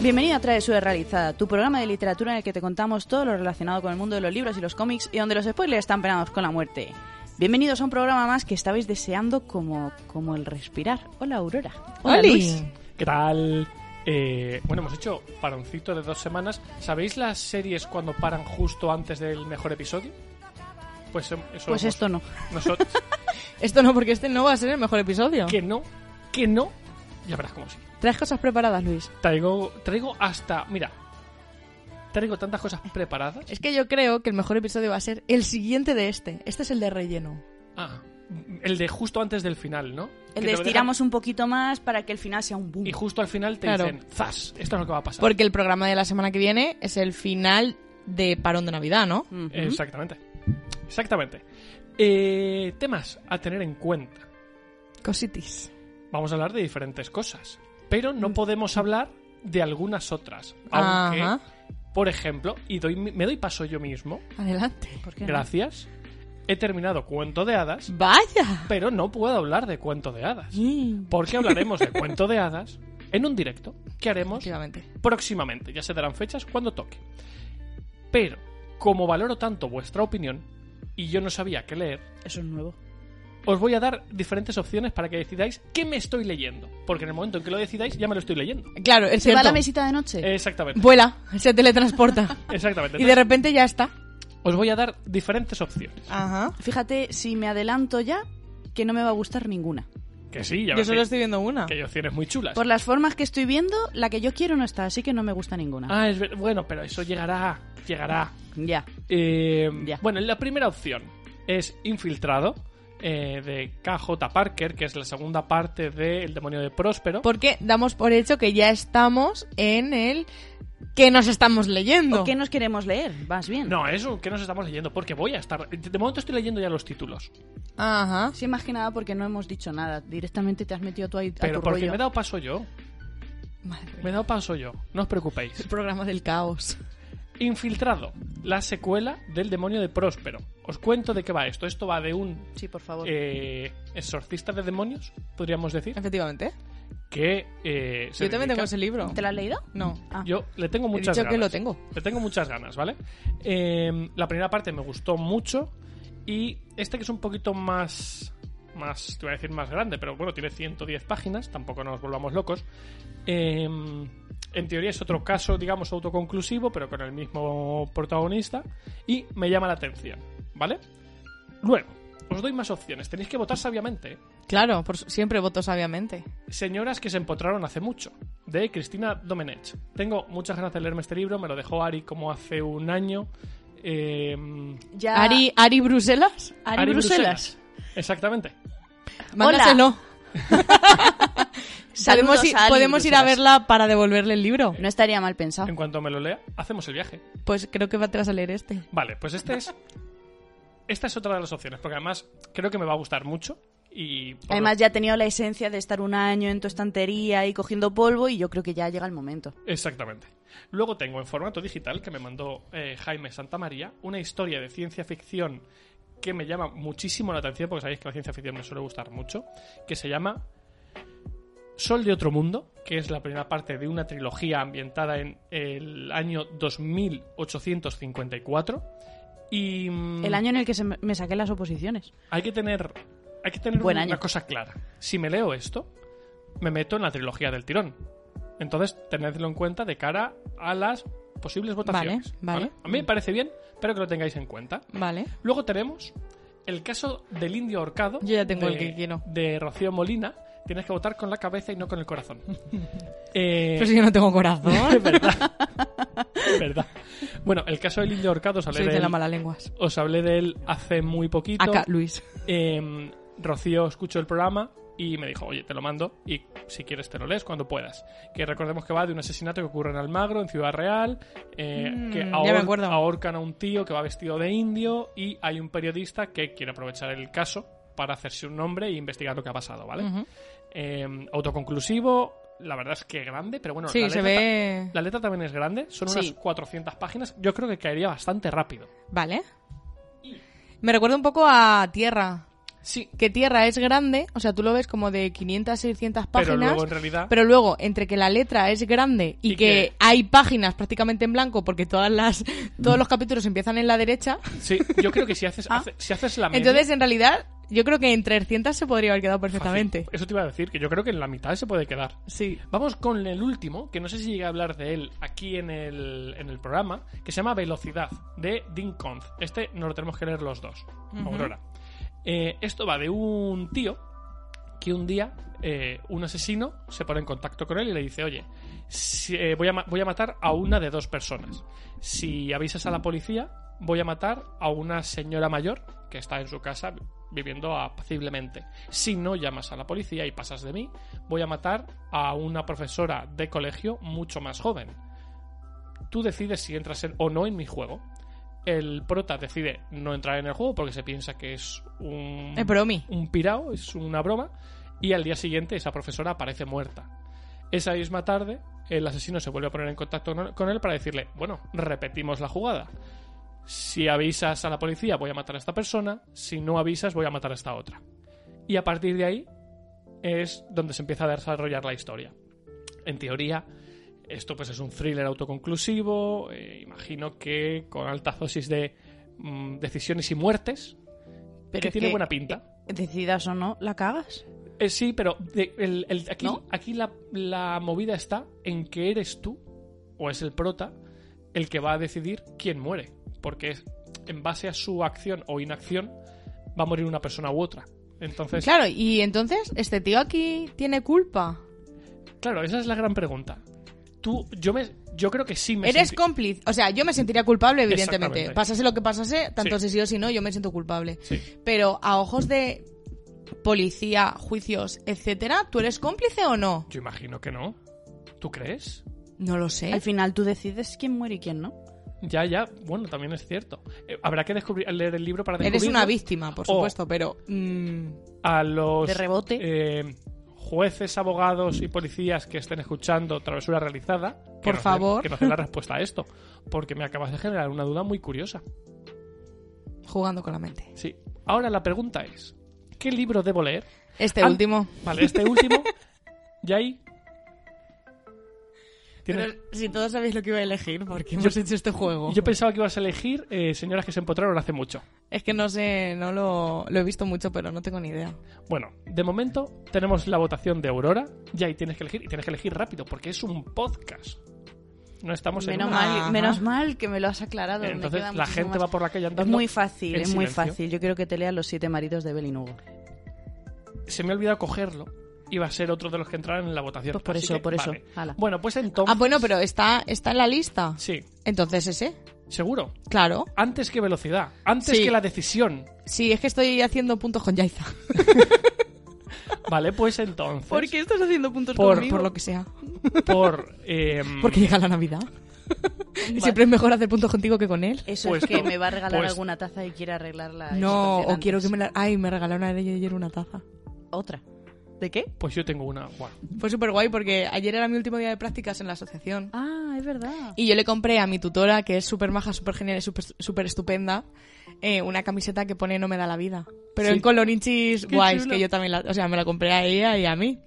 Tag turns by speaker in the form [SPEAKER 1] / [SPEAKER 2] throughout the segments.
[SPEAKER 1] Bienvenido a Travesura Realizada, tu programa de literatura en el que te contamos todo lo relacionado con el mundo de los libros y los cómics y donde los spoilers están penados con la muerte. Bienvenidos a un programa más que estabais deseando como, como el respirar. Hola Aurora. Hola
[SPEAKER 2] ¡Oli!
[SPEAKER 1] Luis.
[SPEAKER 3] ¿Qué tal? Eh, bueno, hemos hecho paroncito de dos semanas. ¿Sabéis las series cuando paran justo antes del mejor episodio? Pues em- eso.
[SPEAKER 1] Pues
[SPEAKER 3] hemos-
[SPEAKER 1] esto no.
[SPEAKER 3] Nosotros.
[SPEAKER 2] Esto no, porque este no va a ser el mejor episodio.
[SPEAKER 3] que no, que no. Ya verás cómo sí.
[SPEAKER 2] Traes cosas preparadas, Luis.
[SPEAKER 3] Traigo, traigo hasta. Mira. Traigo tantas cosas preparadas.
[SPEAKER 2] Es que yo creo que el mejor episodio va a ser el siguiente de este. Este es el de relleno.
[SPEAKER 3] Ah, el de justo antes del final, ¿no? Que
[SPEAKER 1] El
[SPEAKER 3] te
[SPEAKER 1] de
[SPEAKER 3] lo dejan-
[SPEAKER 1] estiramos un poquito más para que el final sea un boom.
[SPEAKER 3] Y justo al final te
[SPEAKER 2] Claro.
[SPEAKER 3] dicen, ¡zas! Esto es lo que va a pasar.
[SPEAKER 2] Porque el programa de la semana que viene es el final de Parón de Navidad, ¿no?
[SPEAKER 1] Ujú.
[SPEAKER 3] Exactamente. Exactamente. Eh, temas a tener en cuenta.
[SPEAKER 2] Cositis.
[SPEAKER 3] Vamos a hablar de diferentes cosas, pero no podemos hablar de algunas otras.
[SPEAKER 1] Ah,
[SPEAKER 3] Aunque,
[SPEAKER 2] Ajá.
[SPEAKER 3] por ejemplo, y doy, me doy paso yo mismo,
[SPEAKER 2] Adelante.
[SPEAKER 1] ¿Por qué no?
[SPEAKER 3] gracias, he terminado Cuento de Hadas,
[SPEAKER 2] Mm. ¡Vaya!
[SPEAKER 3] pero no puedo hablar de Cuento de
[SPEAKER 2] Mm.
[SPEAKER 3] Hadas. Porque hablaremos de Cuento de Hadas en un directo que haremos
[SPEAKER 2] Efectivamente.
[SPEAKER 3] próximamente. Ya se darán fechas cuando toque. Pero, como valoro tanto vuestra opinión, y yo no sabía qué leer,
[SPEAKER 1] Eso es nuevo.
[SPEAKER 3] os voy a dar diferentes opciones para que decidáis qué me estoy leyendo. Porque en el momento en que lo decidáis, ya me lo estoy leyendo.
[SPEAKER 2] Claro, es
[SPEAKER 1] ¿Se va a
[SPEAKER 2] cierto.
[SPEAKER 1] la mesita de noche?
[SPEAKER 3] Exactamente.
[SPEAKER 2] Vuela, se teletransporta.
[SPEAKER 3] Exactamente.
[SPEAKER 2] y de repente ya está.
[SPEAKER 3] Os voy a dar diferentes opciones.
[SPEAKER 2] Ajá.
[SPEAKER 1] Fíjate, si me adelanto ya, que no me va a gustar ninguna.
[SPEAKER 3] Que sí, ya
[SPEAKER 2] Yo
[SPEAKER 3] ves
[SPEAKER 2] solo
[SPEAKER 3] que-
[SPEAKER 2] estoy viendo una.
[SPEAKER 3] que hay opciones muy chulas.
[SPEAKER 1] Por las formas que estoy viendo, la que yo quiero no está, así que no me gusta ninguna.
[SPEAKER 3] Ah, es ver- bueno, pero eso llegará, llegará.
[SPEAKER 1] Ya.
[SPEAKER 3] Eh,
[SPEAKER 1] Ya.
[SPEAKER 3] Bueno, la primera opción es Infiltrado eh, de KJ Parker, que es la segunda parte de El demonio de Próspero.
[SPEAKER 2] Porque damos por hecho que ya estamos en el que nos estamos leyendo.
[SPEAKER 1] ¿O qué nos queremos leer? Vas bien.
[SPEAKER 3] No, eso que nos estamos leyendo, porque voy a estar... De momento estoy leyendo ya los títulos,
[SPEAKER 2] Ajá.
[SPEAKER 1] Sí, más que nada porque no hemos dicho nada. Directamente te has metido tú ahí a
[SPEAKER 3] pero
[SPEAKER 1] tu
[SPEAKER 3] porque
[SPEAKER 1] rollo.
[SPEAKER 3] me he dado paso yo,
[SPEAKER 2] Madre mía.
[SPEAKER 3] me he dado paso yo, no os preocupéis.
[SPEAKER 2] El programa del caos.
[SPEAKER 3] Infiltrado, la secuela del demonio de Próspero. Os cuento de qué va esto. Esto va de un
[SPEAKER 1] Sí, por favor.
[SPEAKER 3] eh, exorcista de demonios, podríamos decir,
[SPEAKER 2] Efectivamente.
[SPEAKER 3] que eh, se
[SPEAKER 2] Yo también
[SPEAKER 3] dedica-
[SPEAKER 2] tengo ese libro.
[SPEAKER 1] ¿Te lo has leído?
[SPEAKER 2] No.
[SPEAKER 1] Ah.
[SPEAKER 3] Yo le tengo
[SPEAKER 2] He
[SPEAKER 3] muchas
[SPEAKER 2] dicho
[SPEAKER 3] ganas.
[SPEAKER 2] que lo tengo.
[SPEAKER 3] Le tengo muchas ganas, ¿vale? Eh, la primera parte me gustó mucho y este que es un poquito más... Más, te voy a decir más grande, pero bueno, tiene 110 páginas, tampoco nos volvamos locos. Eh, en teoría es otro caso, digamos, autoconclusivo, pero con el mismo protagonista. Y me llama la atención, ¿vale? Luego, os doy más opciones. Tenéis que votar sabiamente, ¿eh?
[SPEAKER 2] Claro, por su- siempre voto sabiamente.
[SPEAKER 3] Señoras que se empotraron hace mucho, de Cristina Domenech. Tengo muchas ganas de leerme este libro, me lo dejó Ari como hace un año. Eh,
[SPEAKER 1] Ya...
[SPEAKER 2] Ari, Ari Bruselas.
[SPEAKER 1] Ari Bruselas.
[SPEAKER 3] Exactamente.
[SPEAKER 2] Mándaselo.
[SPEAKER 1] Saludos
[SPEAKER 2] podemos ir,
[SPEAKER 1] a Ari
[SPEAKER 2] podemos ir a
[SPEAKER 1] Bruselas.
[SPEAKER 2] verla para devolverle el libro.
[SPEAKER 1] No estaría mal pensado.
[SPEAKER 3] En cuanto me lo lea, hacemos el viaje.
[SPEAKER 2] Pues creo que va- te vas a leer este.
[SPEAKER 3] Vale, pues este es. Esta es otra de las opciones, porque además creo que me va a gustar mucho. Y por lo-
[SPEAKER 1] Además, ya ha tenido la esencia de estar un año en tu estantería y cogiendo polvo, y yo creo que ya llega el momento.
[SPEAKER 3] Exactamente. Luego tengo en formato digital, que me mandó eh, Jaime Santamaría, una historia de ciencia ficción que me llama muchísimo la atención, porque sabéis que la ciencia ficción me suele gustar mucho, que se llama Sol de Otro Mundo, que es la primera parte de una trilogía ambientada en el año 2854. Y mm,
[SPEAKER 1] El año en el que se me me saqué las oposiciones.
[SPEAKER 3] hay que tener, hay que tener
[SPEAKER 1] Buen
[SPEAKER 3] una
[SPEAKER 1] año.
[SPEAKER 3] cosa clara. Si me leo esto, me meto en la trilogía del tirón. Entonces, tenedlo en cuenta de cara a las posibles votaciones.
[SPEAKER 2] vale.
[SPEAKER 3] A mí me parece bien, pero que lo tengáis en cuenta.
[SPEAKER 2] Vale.
[SPEAKER 3] Luego tenemos el caso del indio ahorcado.
[SPEAKER 2] Yo ya tengo
[SPEAKER 3] de,
[SPEAKER 2] el que quiero.
[SPEAKER 3] De Rocío Molina. Tienes que votar con la cabeza y no con el corazón. eh,
[SPEAKER 2] Pero si yo no tengo corazón.
[SPEAKER 3] es verdad. Es verdad. Bueno, el caso del indio ahorcado os hablé,
[SPEAKER 2] Soy
[SPEAKER 3] de
[SPEAKER 2] de la
[SPEAKER 3] él-
[SPEAKER 2] mala lenguas.
[SPEAKER 3] os hablé de él hace muy poquito.
[SPEAKER 2] Acá, Luis.
[SPEAKER 3] Eh, Rocío escuchó el programa y me dijo, oye, te lo mando y si quieres te lo lees cuando puedas. Que recordemos que va de un asesinato que ocurre en Almagro, en Ciudad Real, eh,
[SPEAKER 2] Mm,
[SPEAKER 3] que
[SPEAKER 2] ya me
[SPEAKER 3] ahor-
[SPEAKER 2] acuerdo.
[SPEAKER 3] ahorcan a un tío que va vestido de indio y hay un periodista que quiere aprovechar el caso para hacerse un nombre e investigar lo que ha pasado, ¿vale?
[SPEAKER 2] Ujú.
[SPEAKER 3] Eh, autoconclusivo, la verdad es que grande, pero bueno,
[SPEAKER 2] Sí,
[SPEAKER 3] la,
[SPEAKER 2] se
[SPEAKER 3] letra
[SPEAKER 2] ve.
[SPEAKER 3] ta- la letra también es grande, son
[SPEAKER 1] Sí.
[SPEAKER 3] unas 400 páginas, yo creo que caería bastante rápido.
[SPEAKER 2] Vale. Me recuerda un poco a Tierra.
[SPEAKER 3] Sí,
[SPEAKER 2] que Tierra es grande, o sea, tú lo ves como de 500, 600 páginas,
[SPEAKER 3] pero luego en realidad...
[SPEAKER 2] pero luego, entre que la letra es grande y, que,
[SPEAKER 3] Y que-
[SPEAKER 2] hay páginas prácticamente en blanco porque todas las todos los capítulos empiezan en la derecha,
[SPEAKER 3] Sí, yo creo que si haces,
[SPEAKER 2] Ah.
[SPEAKER 3] hace- si haces la media...
[SPEAKER 2] entonces en realidad yo creo que en 300 se podría haber quedado
[SPEAKER 3] fácil.
[SPEAKER 2] perfectamente.
[SPEAKER 3] Eso te iba a decir, que yo creo que en la mitad se puede quedar.
[SPEAKER 2] Sí.
[SPEAKER 3] Vamos con el último, que no sé si llegué a hablar de él aquí en el, en el programa, que se llama Velocidad, de Dean Conz. Este nos lo tenemos que leer los dos, Aurora. Eh, esto va de un tío que un día eh, un asesino se pone en contacto con él y le dice, oye, si- eh, voy, a ma- voy a matar a una de dos personas. Si avisas a la policía, voy a matar a una señora mayor que está en su casa vi- viviendo apaciblemente. Si no llamas a la policía y pasas de mí, voy a matar a una profesora de colegio mucho más joven. Tú decides si entras en- o no en mi juego. El prota decide no entrar en el juego porque se piensa que es un
[SPEAKER 2] Es bromi.
[SPEAKER 3] un pirao, es una broma, y al día siguiente esa profesora aparece muerta. Esa misma tarde, el asesino se vuelve a poner en contacto con- con él para decirle, bueno, repetimos la jugada. Si avisas a la policía voy a matar a esta persona, si no avisas voy a matar a esta otra. Y a partir de ahí es donde se empieza a desarrollar la historia. En teoría, esto pues es un thriller autoconclusivo, eh, imagino que con altas dosis de mm, decisiones y muertes,
[SPEAKER 1] Pero
[SPEAKER 3] que
[SPEAKER 1] es
[SPEAKER 3] tiene buena pinta.
[SPEAKER 1] eh, Decidas o no, la cagas.
[SPEAKER 3] Eh, sí, pero de- el- el- aquí,
[SPEAKER 1] ¿No?
[SPEAKER 3] aquí la, la movida está en que eres tú, o es el prota, el que va a decidir quién muere. Porque es- en base a su acción o inacción va a morir una persona u otra. Entonces, claro,
[SPEAKER 2] Claro, y entonces este tío aquí tiene culpa.
[SPEAKER 3] esa es la gran pregunta. Tú, yo, me, yo creo que sí me
[SPEAKER 2] Eres
[SPEAKER 3] senti-
[SPEAKER 2] cómplice. O sea, yo me sentiría culpable, evidentemente.
[SPEAKER 3] Exactamente.
[SPEAKER 2] Pasase lo que pasase, tanto
[SPEAKER 3] Sí.
[SPEAKER 2] si sí o si no, yo me siento culpable.
[SPEAKER 3] Sí.
[SPEAKER 2] Pero a ojos de policía, juicios, etcétera, ¿tú eres cómplice o no?
[SPEAKER 3] Yo imagino que no. ¿Tú crees?
[SPEAKER 2] No lo
[SPEAKER 3] ¿Eh?
[SPEAKER 1] Al
[SPEAKER 2] sé.
[SPEAKER 1] final tú decides quién muere y quién no.
[SPEAKER 3] Ya, ya. Bueno, también es cierto. Eh, habrá que descubrir, leer el libro para descubrir.
[SPEAKER 2] Eres una víctima, por
[SPEAKER 3] O-
[SPEAKER 2] supuesto, pero... mm,
[SPEAKER 3] a los
[SPEAKER 1] De rebote.
[SPEAKER 3] Pues, eh, jueces, abogados y policías que estén escuchando Travesura Realizada, que
[SPEAKER 2] Por
[SPEAKER 3] nos den-
[SPEAKER 2] favor.
[SPEAKER 3] que nos den la respuesta a esto, porque me acabas de generar una duda muy curiosa.
[SPEAKER 2] jugando con la mente.
[SPEAKER 3] Sí. Ahora la pregunta es, ¿qué libro debo leer?
[SPEAKER 2] Este
[SPEAKER 3] Ah,
[SPEAKER 2] último.
[SPEAKER 3] Vale, este último. y ahí. Tienes-
[SPEAKER 2] Pero si todos sabéis lo que iba a elegir, porque hemos hecho este juego.
[SPEAKER 3] Yo pensaba que ibas a elegir eh, señoras que se empotraron hace mucho.
[SPEAKER 2] Es que no sé, no lo, lo he visto mucho, pero no tengo ni idea.
[SPEAKER 3] Bueno, de momento tenemos la votación de Aurora. Y ahí tienes que elegir. Y tienes que elegir rápido, porque es un podcast. No estamos en
[SPEAKER 1] Menos
[SPEAKER 3] una-
[SPEAKER 2] Ajá.
[SPEAKER 1] mal, menos mal que me lo has aclarado. me
[SPEAKER 3] Entonces
[SPEAKER 1] queda
[SPEAKER 3] la
[SPEAKER 1] muchísimo
[SPEAKER 3] gente va
[SPEAKER 1] más.
[SPEAKER 3] por la calle andando.
[SPEAKER 1] Es muy fácil,
[SPEAKER 3] en
[SPEAKER 1] es muy
[SPEAKER 3] silencio.
[SPEAKER 1] fácil. Yo quiero que te leas Los siete maridos de Belín Hugo.
[SPEAKER 3] Se me ha olvidado cogerlo. Iba a ser otro de los que entraran en la votación.
[SPEAKER 1] Pues por
[SPEAKER 3] Así
[SPEAKER 1] eso,
[SPEAKER 3] que,
[SPEAKER 1] por eso.
[SPEAKER 3] vale.
[SPEAKER 1] Hala. pues
[SPEAKER 3] Bueno, pues entonces.
[SPEAKER 2] Ah, bueno, pero está, está en la lista.
[SPEAKER 3] Sí,
[SPEAKER 2] Entonces ese,
[SPEAKER 3] seguro.
[SPEAKER 2] claro.
[SPEAKER 3] Antes que velocidad. Antes
[SPEAKER 2] Sí.
[SPEAKER 3] que la decisión.
[SPEAKER 2] Sí, es que estoy haciendo puntos con Yaiza.
[SPEAKER 3] Vale, pues entonces.
[SPEAKER 1] estás haciendo puntos
[SPEAKER 2] Por, por lo que sea.
[SPEAKER 3] Por. eh,
[SPEAKER 2] Porque llega la Navidad. Y siempre es mejor hacer puntos contigo que con él.
[SPEAKER 1] Eso
[SPEAKER 3] Puesto,
[SPEAKER 1] es que me va a regalar
[SPEAKER 3] puesto.
[SPEAKER 1] alguna taza y quiere arreglarla.
[SPEAKER 2] No, o quiero que me la... Ay, me regalaron ayer una taza.
[SPEAKER 1] Otra. ¿De qué?
[SPEAKER 3] Pues yo tengo una. Guau.
[SPEAKER 2] Fue súper guay porque ayer era mi último día de prácticas en la asociación.
[SPEAKER 1] Ah, es verdad.
[SPEAKER 2] Y yo le compré a mi tutora, que es súper maja, súper genial y súper súper estupenda, eh, una camiseta que pone No me da la vida. Pero
[SPEAKER 3] Sí.
[SPEAKER 2] en colorinchis
[SPEAKER 3] Qué
[SPEAKER 2] guays,
[SPEAKER 3] chulo.
[SPEAKER 2] que yo también la... O sea, me la compré a ella y a mí.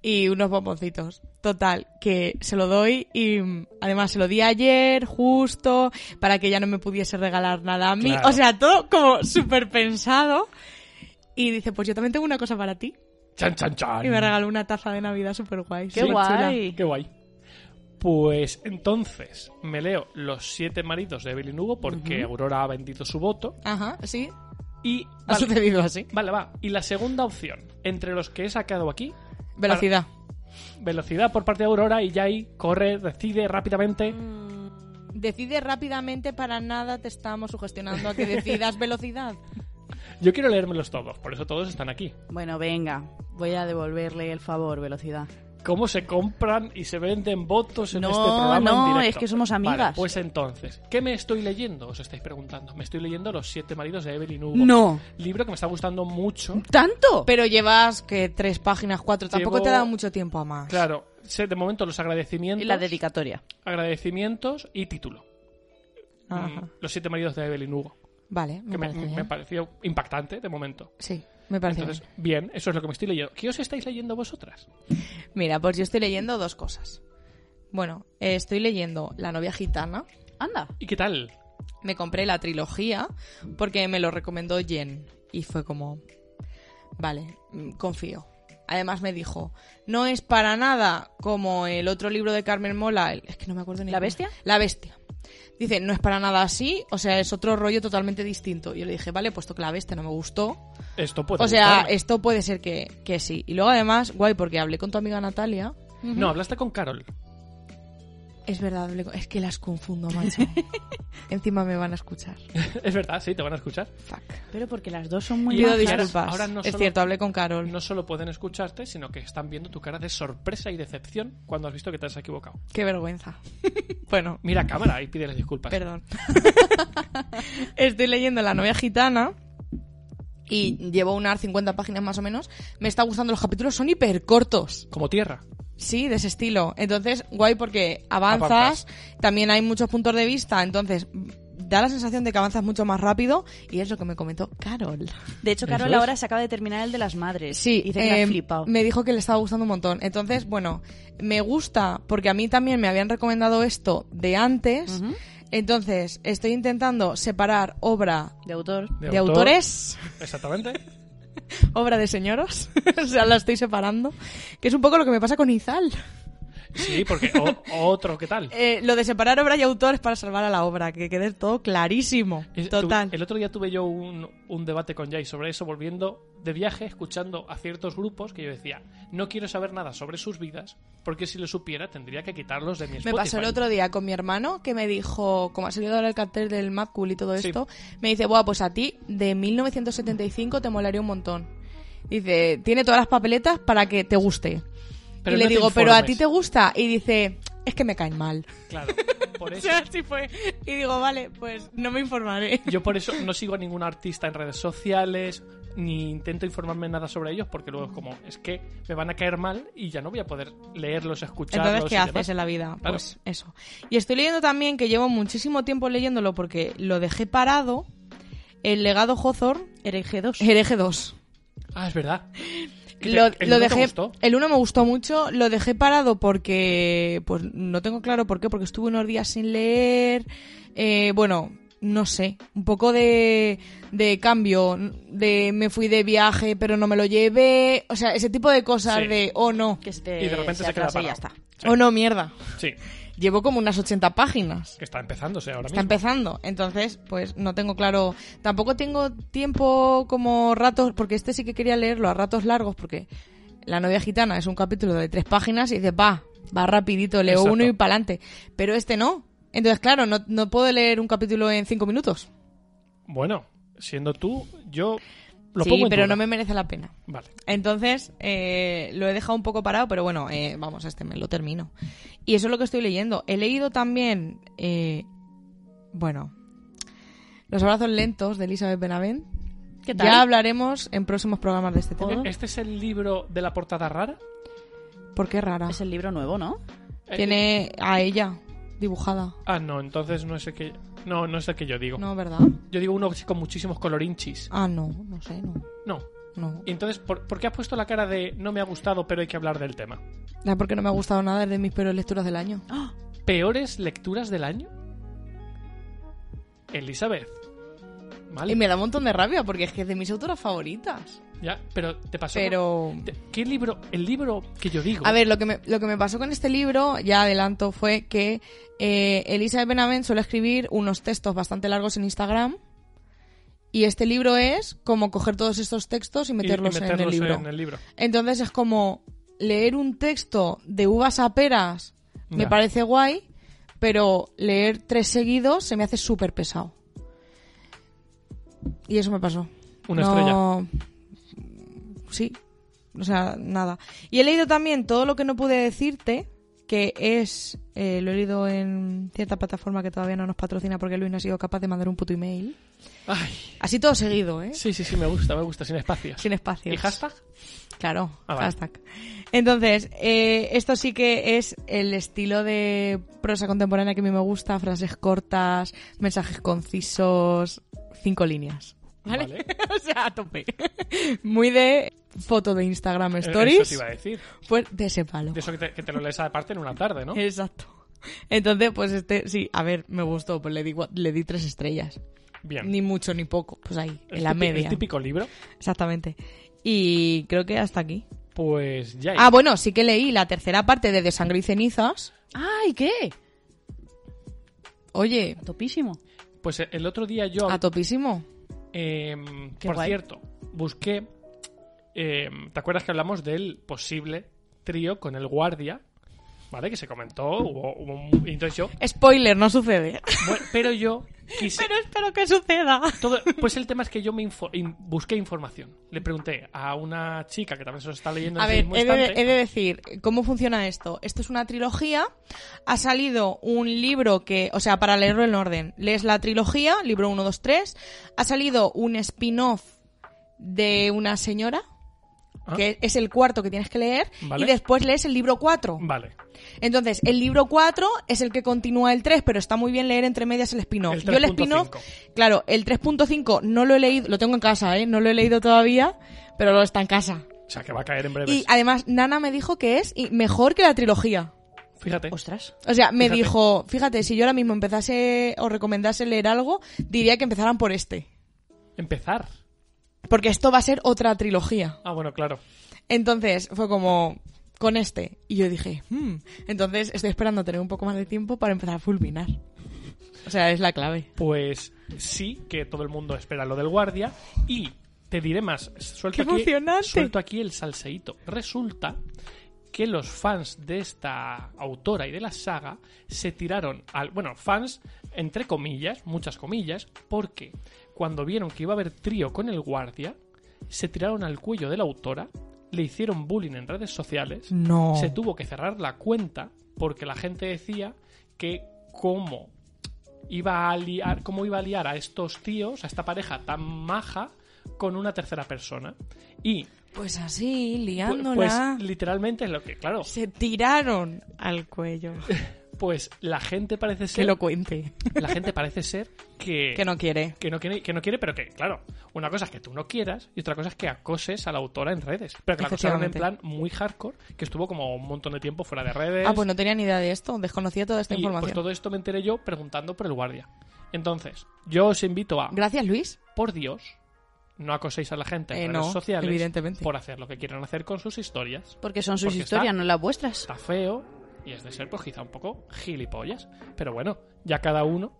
[SPEAKER 2] Y unos bomboncitos. Total, que se lo doy y mm, además se lo di ayer, justo, para que ella no me pudiese regalar nada a mí.
[SPEAKER 3] Claro.
[SPEAKER 2] O sea, todo como súper pensado. Y dice, pues yo también tengo una cosa para ti.
[SPEAKER 3] Chan, chan, chan.
[SPEAKER 2] Y me regaló una taza de Navidad súper guay.
[SPEAKER 1] Qué
[SPEAKER 2] súper chula.
[SPEAKER 1] guay.
[SPEAKER 3] Qué guay. Pues entonces me leo Los siete maridos de Evelyn Hugo porque Aurora ha vendido su voto.
[SPEAKER 2] Ajá, sí.
[SPEAKER 3] Y.
[SPEAKER 2] Ha
[SPEAKER 3] Vale,
[SPEAKER 2] sucedido así.
[SPEAKER 3] vale, va. Y la segunda opción, entre los que he sacado aquí,
[SPEAKER 2] Velocidad.
[SPEAKER 3] velocidad por parte de Aurora y Jai corre, decide rápidamente.
[SPEAKER 1] Mm.
[SPEAKER 2] Decide rápidamente, para nada te estamos sugestionando a que decidas velocidad.
[SPEAKER 3] Yo quiero leérmelos todos, por eso todos están aquí.
[SPEAKER 1] Bueno, venga. Voy a devolverle el favor, velocidad.
[SPEAKER 3] ¿Cómo se compran y se venden votos en
[SPEAKER 1] No,
[SPEAKER 3] este programa?
[SPEAKER 1] no,
[SPEAKER 3] en directo?
[SPEAKER 1] es que somos amigas.
[SPEAKER 3] Vale, pues entonces, ¿qué me estoy leyendo? Os estáis preguntando. Me estoy leyendo Los siete maridos de Evelyn Hugo.
[SPEAKER 1] No.
[SPEAKER 3] Libro que me está gustando mucho.
[SPEAKER 1] ¿Tanto?
[SPEAKER 2] Pero llevas que tres páginas, cuatro, tampoco
[SPEAKER 3] Llevo-
[SPEAKER 2] te da mucho tiempo a más.
[SPEAKER 3] Claro, sé de momento los agradecimientos.
[SPEAKER 1] Y la dedicatoria.
[SPEAKER 3] agradecimientos y título.
[SPEAKER 2] Ajá.
[SPEAKER 3] Mm, Los siete maridos de Evelyn Hugo.
[SPEAKER 2] Vale, me
[SPEAKER 3] que me,
[SPEAKER 2] parece bien.
[SPEAKER 3] me pareció impactante de momento.
[SPEAKER 2] Sí. Me parece
[SPEAKER 3] Entonces, bien, eso es lo que me estoy leyendo. ¿Qué os estáis leyendo vosotras?
[SPEAKER 2] bien. Mira, pues yo estoy leyendo dos cosas. Bueno, eh, estoy leyendo La novia gitana.
[SPEAKER 1] Anda.
[SPEAKER 3] ¿Y qué tal?
[SPEAKER 2] Me compré la trilogía porque me lo recomendó Jen. Y fue como, vale, mm, confío. Además me dijo, no es para nada como el otro libro de Carmen Mola, el- es que no me acuerdo ni
[SPEAKER 1] ¿La
[SPEAKER 2] cómo-
[SPEAKER 1] Bestia?
[SPEAKER 2] La bestia. Dice, no es para nada así, o sea, es otro rollo totalmente distinto. Y yo le dije, vale, puesto que la bestia no me gustó,
[SPEAKER 3] Esto puede
[SPEAKER 2] o sea,
[SPEAKER 3] gustarme.
[SPEAKER 2] esto puede ser que, que sí. Y luego además, guay, porque hablé con tu amiga Natalia.
[SPEAKER 3] No, hablaste con Carol.
[SPEAKER 2] Es verdad, hablé con- es que las confundo, macho. Encima me van a escuchar.
[SPEAKER 3] es verdad, sí, te van a escuchar.
[SPEAKER 2] Fuck.
[SPEAKER 1] Pero porque las dos son muy
[SPEAKER 2] Pido
[SPEAKER 1] majas.
[SPEAKER 3] ahora-
[SPEAKER 2] disculpas.
[SPEAKER 3] ahora no
[SPEAKER 2] es
[SPEAKER 3] solo-
[SPEAKER 2] cierto, hablé con Carol.
[SPEAKER 3] No solo pueden escucharte, sino que están viendo tu cara de sorpresa y decepción cuando has visto que te has equivocado.
[SPEAKER 2] Qué vergüenza. bueno,
[SPEAKER 3] Mira a cámara y pídeles disculpas.
[SPEAKER 2] perdón. Estoy leyendo La novia gitana y llevo unas 50 páginas más o menos. Me está gustando los capítulos, son hiper cortos.
[SPEAKER 3] Como tierra.
[SPEAKER 2] Sí, de ese estilo. Entonces, guay porque avanzas,
[SPEAKER 3] Avanzas.
[SPEAKER 2] también hay muchos puntos de vista, entonces da la sensación de que avanzas mucho más rápido y es lo que me comentó Carol.
[SPEAKER 1] De hecho, Carol
[SPEAKER 3] Eso es.
[SPEAKER 1] ahora se acaba de terminar el de las madres.
[SPEAKER 2] Sí,
[SPEAKER 1] Y dice que la
[SPEAKER 2] eh,
[SPEAKER 1] ha flipado.
[SPEAKER 2] me dijo que le estaba gustando un montón. Entonces, bueno, me gusta porque a mí también me habían recomendado esto de antes.
[SPEAKER 1] Ujú.
[SPEAKER 2] Entonces, estoy intentando separar obra
[SPEAKER 1] De autor.
[SPEAKER 2] de,
[SPEAKER 3] autor.
[SPEAKER 2] autores,
[SPEAKER 3] Exactamente.
[SPEAKER 2] obra de señoros. o sea, la estoy separando. Que es un poco lo que me pasa con Izal.
[SPEAKER 3] Sí, porque o- otro, ¿qué tal?
[SPEAKER 2] Eh, lo de separar obra y autor es para salvar a la obra, que quede todo clarísimo.
[SPEAKER 3] Es- tu-
[SPEAKER 2] Total.
[SPEAKER 3] el otro día tuve yo un, un debate con Jay sobre eso, volviendo de viaje, escuchando a ciertos grupos que yo decía, no quiero saber nada sobre sus vidas, porque si lo supiera tendría que quitarlos de mi
[SPEAKER 2] Me
[SPEAKER 3] Spotify.
[SPEAKER 2] pasó el otro día con mi hermano que me dijo, como ha salido ahora el cartel del Mad Cool y todo
[SPEAKER 3] Sí.
[SPEAKER 2] esto, me dice, Buah, pues a ti de 1975 te molaría un montón. Dice, tiene todas las papeletas para que te guste.
[SPEAKER 3] Pero
[SPEAKER 2] y
[SPEAKER 3] no
[SPEAKER 2] le
[SPEAKER 3] te
[SPEAKER 2] digo, ¿pero a
[SPEAKER 3] informes".
[SPEAKER 2] ti te gusta? Y dice, es que me caen mal.
[SPEAKER 3] Claro, por
[SPEAKER 2] O
[SPEAKER 3] eso...
[SPEAKER 2] sea, así fue. Y digo, vale, pues no me informaré.
[SPEAKER 3] Yo por eso no sigo a ningún artista en redes sociales, ni intento informarme nada sobre ellos, porque luego es como, es que me van a caer mal y ya no voy a poder leerlos, escucharlos.
[SPEAKER 2] Entonces, ¿qué
[SPEAKER 3] y
[SPEAKER 2] haces
[SPEAKER 3] demás.
[SPEAKER 2] en la vida?
[SPEAKER 3] Claro.
[SPEAKER 2] Pues eso. Y estoy leyendo también, que llevo muchísimo tiempo leyéndolo porque lo dejé parado, El legado Hozor,
[SPEAKER 1] Hereje 2.
[SPEAKER 2] hereje 2.
[SPEAKER 3] Ah, es verdad. ¿Qué te-
[SPEAKER 2] lo,
[SPEAKER 3] el
[SPEAKER 2] lo
[SPEAKER 3] uno te
[SPEAKER 2] dejé,
[SPEAKER 3] gustó?
[SPEAKER 2] el uno me gustó mucho, lo dejé parado porque, pues no tengo claro por qué, porque estuve unos días sin leer, eh, bueno, no sé, un poco de, de cambio, de me fui de viaje pero no me lo llevé, o sea, ese tipo de cosas
[SPEAKER 3] Sí.
[SPEAKER 2] de, oh no,
[SPEAKER 1] Que se te,
[SPEAKER 3] Y de repente se queda
[SPEAKER 1] atrasa y ya
[SPEAKER 3] parado.
[SPEAKER 1] está.
[SPEAKER 3] Sí.
[SPEAKER 2] oh no, mierda,
[SPEAKER 3] Sí,
[SPEAKER 2] llevo como unas 80 páginas.
[SPEAKER 3] que está empezándose ahora
[SPEAKER 2] Está
[SPEAKER 3] mismo.
[SPEAKER 2] empezando, entonces pues no tengo claro, tampoco tengo tiempo como ratos, porque este sí que quería leerlo a ratos largos, porque La novia gitana es un capítulo de tres páginas y dices, va, va rapidito, leo
[SPEAKER 3] Exacto.
[SPEAKER 2] uno y pa'lante, pero este no. Entonces, claro, no, no puedo leer un capítulo en cinco minutos.
[SPEAKER 3] Bueno, siendo tú, yo lo
[SPEAKER 2] sí,
[SPEAKER 3] pongo en
[SPEAKER 2] pero
[SPEAKER 3] duda.
[SPEAKER 2] no me merece la pena.
[SPEAKER 3] Vale.
[SPEAKER 2] Entonces, eh, lo he dejado un poco parado, pero bueno, eh, vamos, este me lo termino. Y eso es lo que estoy leyendo. He leído también, eh, bueno, Los abrazos lentos de Elizabeth Benavent.
[SPEAKER 1] ¿Qué tal?
[SPEAKER 2] Ya hablaremos en próximos programas de este tema.
[SPEAKER 1] Oh.
[SPEAKER 3] ¿Este es el libro de la portada rara?
[SPEAKER 2] ¿Por qué rara?
[SPEAKER 1] Es el libro nuevo, ¿no?
[SPEAKER 3] Eh,
[SPEAKER 2] Tiene a ella dibujada.
[SPEAKER 3] Ah, no, entonces no es el que, no, no es el que yo digo.
[SPEAKER 2] No, ¿verdad?
[SPEAKER 3] Yo digo uno así con muchísimos colorinchis.
[SPEAKER 2] Ah, no, no sé, no.
[SPEAKER 3] No.
[SPEAKER 2] No.
[SPEAKER 3] Y entonces, ¿por, por qué has puesto la cara de no me ha gustado, pero hay que hablar del tema?
[SPEAKER 2] Ah, porque no me ha gustado nada, es de mis peores lecturas del año.
[SPEAKER 3] ¿Peores lecturas del año? Elizabeth. Vale.
[SPEAKER 2] Y me da un montón de rabia porque es que es de mis autoras favoritas.
[SPEAKER 3] Ya, pero te pasó.
[SPEAKER 2] Pero.
[SPEAKER 3] Te- ¿Qué libro? El libro que yo digo.
[SPEAKER 2] A ver, lo que, me, lo que me pasó con este libro, ya adelanto, fue que eh, Elizabeth Benavent suele escribir unos textos bastante largos en Instagram. Y este libro es como coger todos estos textos y
[SPEAKER 3] Y- y
[SPEAKER 2] meterlos, en el libro.
[SPEAKER 3] en el libro.
[SPEAKER 2] Entonces es como leer un texto de uvas a peras me
[SPEAKER 3] Ya.
[SPEAKER 2] parece guay, pero leer tres seguidos se me hace súper pesado. Y eso me pasó.
[SPEAKER 3] Una
[SPEAKER 2] no... Sí, o sea, nada. Y he leído también todo lo que no pude decirte, que es, eh, lo he leído en cierta plataforma que todavía no nos patrocina porque Luis no ha sido capaz de mandar un puto email.
[SPEAKER 3] Ay,
[SPEAKER 2] Así todo seguido, ¿eh?
[SPEAKER 3] sí, sí, sí, me gusta, me gusta, sin espacios.
[SPEAKER 2] Sin espacios.
[SPEAKER 3] ¿Y hashtag?
[SPEAKER 2] Claro,
[SPEAKER 3] Ah, vale.
[SPEAKER 2] hashtag. Entonces, eh, esto sí que es el estilo de prosa contemporánea que a mí me gusta, frases cortas, mensajes concisos, cinco líneas. ¿vale?
[SPEAKER 3] Vale. Eh,
[SPEAKER 2] o sea, a tope. Muy de foto de Instagram
[SPEAKER 3] Eso te
[SPEAKER 2] Stories,
[SPEAKER 3] iba a decir.
[SPEAKER 2] pues de ese palo.
[SPEAKER 3] De eso que te, que te lo lees aparte en una tarde, ¿no?
[SPEAKER 2] Exacto. Entonces, pues este, sí, a ver, me gustó, pues le di, gua- le di tres estrellas.
[SPEAKER 3] Bien.
[SPEAKER 2] Ni mucho ni poco, pues ahí,
[SPEAKER 3] El
[SPEAKER 2] en la
[SPEAKER 3] típi-
[SPEAKER 2] media.
[SPEAKER 3] El típico libro.
[SPEAKER 2] Exactamente. Y creo que hasta aquí.
[SPEAKER 3] Pues ya.
[SPEAKER 2] Ah, bueno, sí que leí la tercera parte de De Sangre y Cenizas.
[SPEAKER 1] ¡Ay, qué!
[SPEAKER 2] Oye,
[SPEAKER 1] A Topísimo.
[SPEAKER 3] Pues el otro día yo
[SPEAKER 2] a topísimo.
[SPEAKER 3] Em,
[SPEAKER 1] Qué
[SPEAKER 3] por
[SPEAKER 1] guay.
[SPEAKER 3] cierto, busqué. em, ¿Te acuerdas que hablamos del posible trío con el guardia? ¿Vale? Que se comentó. Hubo, hubo un- y entonces yo.
[SPEAKER 2] Spoiler, no sucede.
[SPEAKER 3] bueno, pero yo quise.
[SPEAKER 2] Pero espero que suceda.
[SPEAKER 3] todo- pues el tema es que yo me info- in- busqué información. Le pregunté a una chica que también se lo está leyendo
[SPEAKER 2] A
[SPEAKER 3] en
[SPEAKER 2] ver,
[SPEAKER 3] el mismo
[SPEAKER 2] he de,
[SPEAKER 3] instante.
[SPEAKER 2] he de decir, ¿cómo funciona esto? Esto es una trilogía. Ha salido un libro que, o sea, para leerlo en orden, lees la trilogía, libro 1, 2, 3. Ha salido un spin-off de una señora,
[SPEAKER 3] Ah.
[SPEAKER 2] que es el cuarto que tienes que leer.
[SPEAKER 3] Vale.
[SPEAKER 2] Y después lees el libro 4.
[SPEAKER 3] Vale.
[SPEAKER 2] Entonces, el libro 4 es el que continúa el 3, pero está muy bien leer entre medias el spin-off.
[SPEAKER 3] El
[SPEAKER 2] Yo el
[SPEAKER 3] 3.5.
[SPEAKER 2] spin-off, claro, el 3.5 no lo he leído, lo tengo en casa, ¿eh? No lo he leído todavía, pero lo está en casa.
[SPEAKER 3] O sea, que va a caer en breve.
[SPEAKER 2] Y además, Nana me dijo que es y- mejor que la trilogía.
[SPEAKER 3] Fíjate.
[SPEAKER 1] Ostras.
[SPEAKER 2] O sea, me
[SPEAKER 3] Fíjate.
[SPEAKER 2] dijo, fíjate, si yo ahora mismo empezase o recomendase leer algo, diría que empezaran por este.
[SPEAKER 3] Empezar.
[SPEAKER 2] Porque esto va a ser otra trilogía.
[SPEAKER 3] Ah, bueno, claro.
[SPEAKER 2] Entonces, fue como, con este. Y yo dije, hmm. Entonces, estoy esperando tener un poco más de tiempo para empezar a fulminar. O sea, es la clave.
[SPEAKER 3] Pues sí, que todo el mundo espera lo del guardia. Y te diré más. Suelto,
[SPEAKER 2] ¡Qué
[SPEAKER 3] aquí,
[SPEAKER 2] emocionante!
[SPEAKER 3] suelto aquí el salseíto. Resulta que los fans de esta autora y de la saga se tiraron al. Bueno, fans, entre comillas, muchas comillas, porque cuando vieron que iba a haber trío con el guardia, se tiraron al cuello de la autora, le hicieron bullying en redes sociales
[SPEAKER 2] No.
[SPEAKER 3] se tuvo que cerrar la cuenta porque la gente decía que cómo iba a liar, cómo iba a liar a estos tíos, a esta pareja tan maja, con una tercera persona. Y pu-
[SPEAKER 2] Pues así,
[SPEAKER 3] pues
[SPEAKER 2] liándola.
[SPEAKER 3] literalmente es lo que, claro,
[SPEAKER 2] se tiraron al cuello.
[SPEAKER 3] pues la gente parece
[SPEAKER 2] que
[SPEAKER 3] ser,
[SPEAKER 2] lo cuente.
[SPEAKER 3] la gente parece ser que,
[SPEAKER 2] Que no quiere.
[SPEAKER 3] que no quiere, que no quiere, pero que, claro, una cosa es que tú no quieras y otra cosa es que acoses a la autora en redes. Pero que la acosaron en plan
[SPEAKER 2] Efectivamente.
[SPEAKER 3] muy hardcore, que estuvo como un montón de tiempo fuera de redes.
[SPEAKER 2] Ah, pues no tenía ni idea de esto. Desconocía toda esta
[SPEAKER 3] Y, pues
[SPEAKER 2] información.
[SPEAKER 3] todo esto me enteré yo preguntando por el guardia. Entonces, yo os invito a,
[SPEAKER 2] Gracias, Luis.
[SPEAKER 3] por Dios, no acoséis a la gente en
[SPEAKER 2] Eh,
[SPEAKER 3] redes
[SPEAKER 2] no,
[SPEAKER 3] sociales
[SPEAKER 2] evidentemente.
[SPEAKER 3] por hacer lo que quieran hacer con sus historias.
[SPEAKER 1] Porque son sus
[SPEAKER 3] Porque
[SPEAKER 1] historias,
[SPEAKER 3] está-
[SPEAKER 1] no las vuestras.
[SPEAKER 3] Está feo y es de ser, pues quizá un poco gilipollas. Pero bueno, ya cada uno.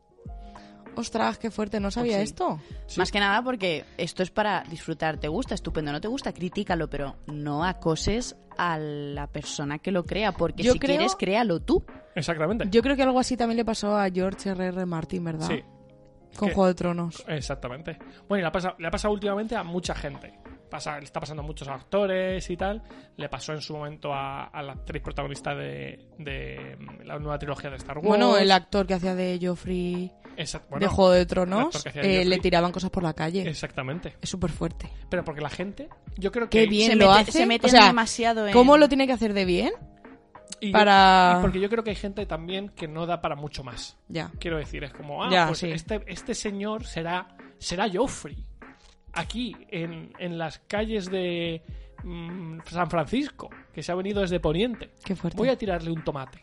[SPEAKER 2] Ostras, qué fuerte. No sabía
[SPEAKER 1] sí.
[SPEAKER 2] esto.
[SPEAKER 3] Sí.
[SPEAKER 1] Más que nada porque esto es para disfrutar. ¿Te gusta? Estupendo. ¿No te gusta? Critícalo, pero no acoses a la persona que lo crea. Porque
[SPEAKER 2] Yo
[SPEAKER 1] si
[SPEAKER 2] creo-
[SPEAKER 1] quieres, créalo tú.
[SPEAKER 3] Exactamente.
[SPEAKER 2] Yo creo que algo así también le pasó a George R.R. Martin, ¿verdad?
[SPEAKER 3] Sí,
[SPEAKER 2] Con
[SPEAKER 3] que-
[SPEAKER 2] Juego de Tronos.
[SPEAKER 3] exactamente. Bueno, y le ha pasado, le ha pasado últimamente a mucha gente. Pasa, le está pasando a muchos actores y tal. Le pasó en su momento a, a la actriz protagonista de, de mm, la nueva trilogía de Star Wars.
[SPEAKER 2] Bueno, el actor que hacía de Joffrey
[SPEAKER 3] Exact-
[SPEAKER 2] de
[SPEAKER 3] bueno,
[SPEAKER 2] Juego de
[SPEAKER 3] el
[SPEAKER 2] Tronos
[SPEAKER 3] actor que hacía
[SPEAKER 2] eh,
[SPEAKER 3] de
[SPEAKER 2] le
[SPEAKER 3] Joffrey.
[SPEAKER 2] tiraban cosas por la calle. Es
[SPEAKER 3] Exactamente.
[SPEAKER 2] súper fuerte.
[SPEAKER 3] Pero porque la gente, yo creo que...
[SPEAKER 2] Qué bien
[SPEAKER 1] se
[SPEAKER 2] lo
[SPEAKER 1] mete-
[SPEAKER 2] hace.
[SPEAKER 1] se meten
[SPEAKER 2] O sea,
[SPEAKER 1] demasiado en-
[SPEAKER 2] ¿Cómo lo tiene que hacer de bien?
[SPEAKER 3] y yo-
[SPEAKER 2] para-
[SPEAKER 3] y porque yo creo que hay gente también que no da para mucho más.
[SPEAKER 2] Ya.
[SPEAKER 3] Quiero decir, es como, ah,
[SPEAKER 2] Ya,
[SPEAKER 3] pues
[SPEAKER 2] sí.
[SPEAKER 3] este, este señor será, será Joffrey. Aquí, en, en las calles de mm, San Francisco, que se ha venido desde Poniente.
[SPEAKER 2] Qué fuerte.
[SPEAKER 3] Voy a tirarle un tomate.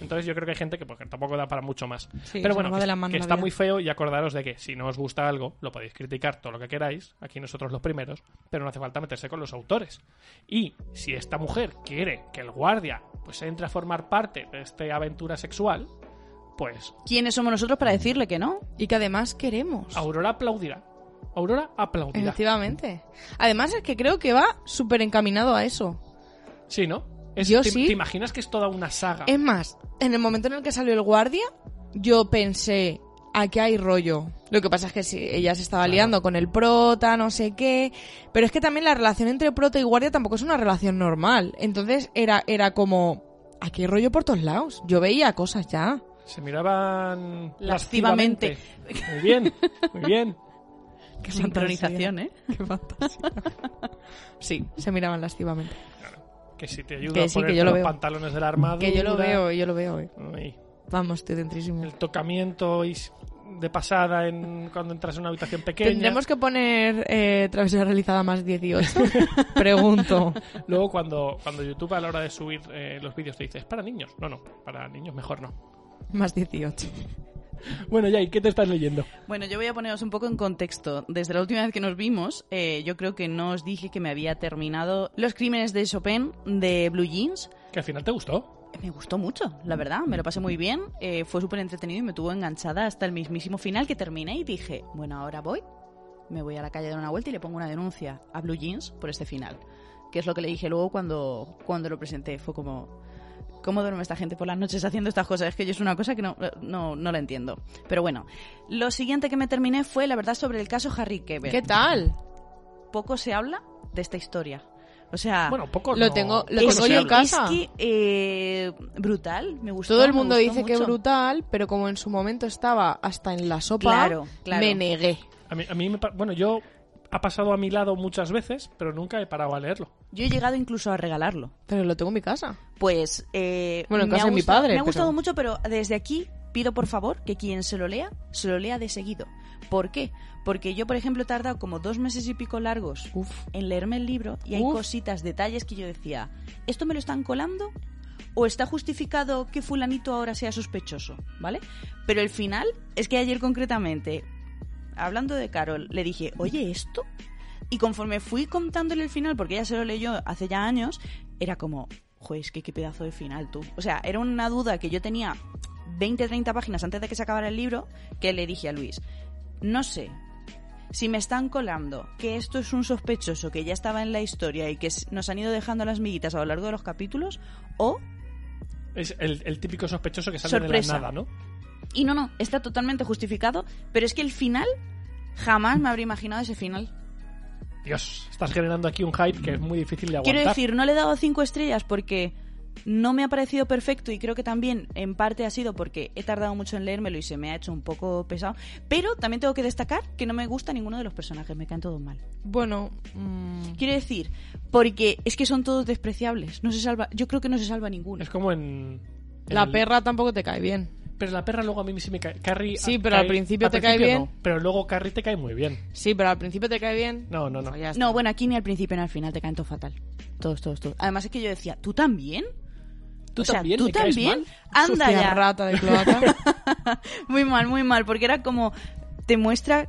[SPEAKER 3] Entonces yo creo que hay gente que pues, que tampoco da para mucho más.
[SPEAKER 2] Sí, se
[SPEAKER 3] Pero bueno,
[SPEAKER 2] nos va
[SPEAKER 3] que,
[SPEAKER 2] de la mano
[SPEAKER 3] que
[SPEAKER 2] la
[SPEAKER 3] está
[SPEAKER 2] vida.
[SPEAKER 3] muy feo y acordaros de que si no os gusta algo, lo podéis criticar todo lo que queráis, aquí nosotros los primeros, pero no hace falta meterse con los autores. Y si esta mujer quiere que el guardia pues entre a formar parte de esta aventura sexual, pues
[SPEAKER 1] ¿Quiénes somos nosotros para decirle que no?
[SPEAKER 2] Y que además queremos.
[SPEAKER 3] Aurora aplaudirá. Aurora aplaudirá.
[SPEAKER 2] Efectivamente. Además es que creo que va súper encaminado a eso.
[SPEAKER 3] Sí, ¿no? Es-
[SPEAKER 2] Yo
[SPEAKER 3] te,
[SPEAKER 2] sí. Em-
[SPEAKER 3] ¿Te imaginas que es toda una saga?
[SPEAKER 2] Es más, en el momento en el que salió el guardia, yo pensé, aquí hay rollo. Lo que pasa es que sí, ella se estaba liando con el prota, no sé qué. Pero es que también la relación entre prota y guardia tampoco es una relación normal. Entonces era, era como, aquí hay rollo por todos lados. Yo veía cosas ya.
[SPEAKER 3] Se miraban
[SPEAKER 1] Lascivamente.
[SPEAKER 3] lascivamente. Muy bien, muy bien.
[SPEAKER 2] Qué
[SPEAKER 1] Sincronización, ¿eh?
[SPEAKER 2] Qué fantasía. sí, se miraban lascivamente.
[SPEAKER 3] Que si te ayuda
[SPEAKER 2] Que
[SPEAKER 3] a
[SPEAKER 2] sí,
[SPEAKER 3] poner
[SPEAKER 2] que yo lo
[SPEAKER 3] los
[SPEAKER 2] veo.
[SPEAKER 3] pantalones de la armadura.
[SPEAKER 2] Que yo lo veo, yo lo veo. eh.
[SPEAKER 3] Ay,
[SPEAKER 2] Vamos, estoy dentrísimo.
[SPEAKER 3] el tocamiento y s- de pasada en, cuando entras en una habitación pequeña.
[SPEAKER 2] ¿Tendremos que poner eh, travesía realizada más 18? Pregunto.
[SPEAKER 3] Luego cuando, cuando YouTube a la hora de subir eh, los vídeos te dice, es para niños. No, no, para niños mejor no.
[SPEAKER 2] Más 18.
[SPEAKER 3] Bueno, Jay, ¿qué te estás leyendo?
[SPEAKER 1] Bueno, yo voy a poneros un poco en contexto. Desde la última vez que nos vimos, eh, yo creo que no os dije que me había terminado Los Crímenes de Chopin de Blue Jeans.
[SPEAKER 3] Que al final te gustó.
[SPEAKER 1] Me gustó mucho, la verdad, me lo pasé muy bien, eh, fue súper entretenido y me tuvo enganchada hasta el mismísimo final que terminé y dije, bueno, ahora voy, me voy a la calle a dar una vuelta y le pongo una denuncia a Blue Jeans por este final, que es lo que le dije luego cuando, cuando lo presenté, fue como, ¿Cómo duerme esta gente por las noches haciendo estas cosas? Es que yo es una cosa que no, no, no la entiendo. Pero bueno, lo siguiente que me terminé fue la verdad sobre el caso Harry Keber.
[SPEAKER 2] ¿Qué tal?
[SPEAKER 1] Poco se habla de esta historia. O sea,
[SPEAKER 3] Bueno, poco
[SPEAKER 2] Ah, Lo
[SPEAKER 3] no-
[SPEAKER 2] tengo- lo
[SPEAKER 3] poco
[SPEAKER 1] es,
[SPEAKER 2] tengo
[SPEAKER 3] se
[SPEAKER 2] yo en
[SPEAKER 3] habla.
[SPEAKER 1] que, es
[SPEAKER 2] casa.
[SPEAKER 1] que, eh, brutal, me gustó.
[SPEAKER 2] Todo el
[SPEAKER 1] me
[SPEAKER 2] mundo
[SPEAKER 1] gustó
[SPEAKER 2] dice que
[SPEAKER 1] mucho.
[SPEAKER 2] brutal, pero como en su momento estaba hasta en la sopa,
[SPEAKER 1] Claro, claro.
[SPEAKER 2] me negué.
[SPEAKER 3] A mí, a mí me pa- bueno, yo ha pasado a mi lado muchas veces, pero nunca he parado a leerlo.
[SPEAKER 1] Yo he llegado incluso a regalarlo.
[SPEAKER 2] Pero lo tengo en mi casa.
[SPEAKER 1] Pues. eh,
[SPEAKER 2] Bueno, en
[SPEAKER 1] me
[SPEAKER 2] casa
[SPEAKER 1] ha
[SPEAKER 2] de mi
[SPEAKER 1] gustado-
[SPEAKER 2] padre,
[SPEAKER 1] Me ha
[SPEAKER 2] pero-
[SPEAKER 1] gustado mucho, pero desde aquí pido por favor que quien se lo lea, se lo lea de seguido. ¿Por qué? Porque yo, por ejemplo, he tardado como dos meses y pico largos
[SPEAKER 2] Uf.
[SPEAKER 1] en leerme el libro y hay
[SPEAKER 2] Uf.
[SPEAKER 1] cositas, detalles que yo decía, ¿esto me lo están colando? ¿O está justificado que fulanito ahora sea sospechoso? ¿Vale? Pero el final es que ayer concretamente, hablando de Carol, le dije, oye, ¿esto? Y conforme fui contándole el final, porque ella se lo leyó hace ya años, era como, joder, es que qué pedazo de final tú. O sea, era una duda que yo tenía 20, 30 páginas antes de que se acabara el libro, que le dije a Luis, no sé si me están colando que esto es un sospechoso que ya estaba en la historia y que s- nos han ido dejando las miguitas a lo largo de los capítulos, o
[SPEAKER 3] Es el, el típico sospechoso que sale
[SPEAKER 1] Sorpresa.
[SPEAKER 3] de la nada, ¿no?
[SPEAKER 1] Y no, no, está totalmente justificado, pero es que el final, jamás me habría imaginado ese final.
[SPEAKER 3] Dios, estás generando aquí un hype que es muy difícil de aguantar.
[SPEAKER 1] Quiero decir, no le he dado cinco estrellas porque no me ha parecido perfecto y creo que también en parte ha sido porque he tardado mucho en leérmelo y se me ha hecho un poco pesado, pero también tengo que destacar que no me gusta ninguno de los personajes, me caen todos mal.
[SPEAKER 2] Bueno, mm,
[SPEAKER 1] Quiero decir, porque es que son todos despreciables, no se salva, yo creo que no se salva ninguno.
[SPEAKER 3] Es como en... en
[SPEAKER 2] la
[SPEAKER 3] el-
[SPEAKER 2] perra tampoco te cae bien.
[SPEAKER 3] Pero la perra luego a mí sí me cae... Carrie,
[SPEAKER 2] Sí,
[SPEAKER 3] a-
[SPEAKER 2] pero al principio te cae
[SPEAKER 3] principio
[SPEAKER 2] bien.
[SPEAKER 3] no, pero luego Carrie te cae muy bien.
[SPEAKER 2] Sí, pero al principio te cae bien.
[SPEAKER 3] No, no, no.
[SPEAKER 2] Ya está.
[SPEAKER 1] No, bueno, aquí ni al principio ni al final te caen todos fatal. Todos, todos, todos. Además es que yo decía, ¿tú también?
[SPEAKER 3] ¿Tú
[SPEAKER 1] O sea,
[SPEAKER 3] también
[SPEAKER 1] ¿Tú
[SPEAKER 3] me caes
[SPEAKER 1] también?
[SPEAKER 3] mal?
[SPEAKER 1] Anda
[SPEAKER 2] Sucia
[SPEAKER 1] ya.
[SPEAKER 2] rata de cloaca.
[SPEAKER 1] Muy mal, muy mal, porque era como te muestra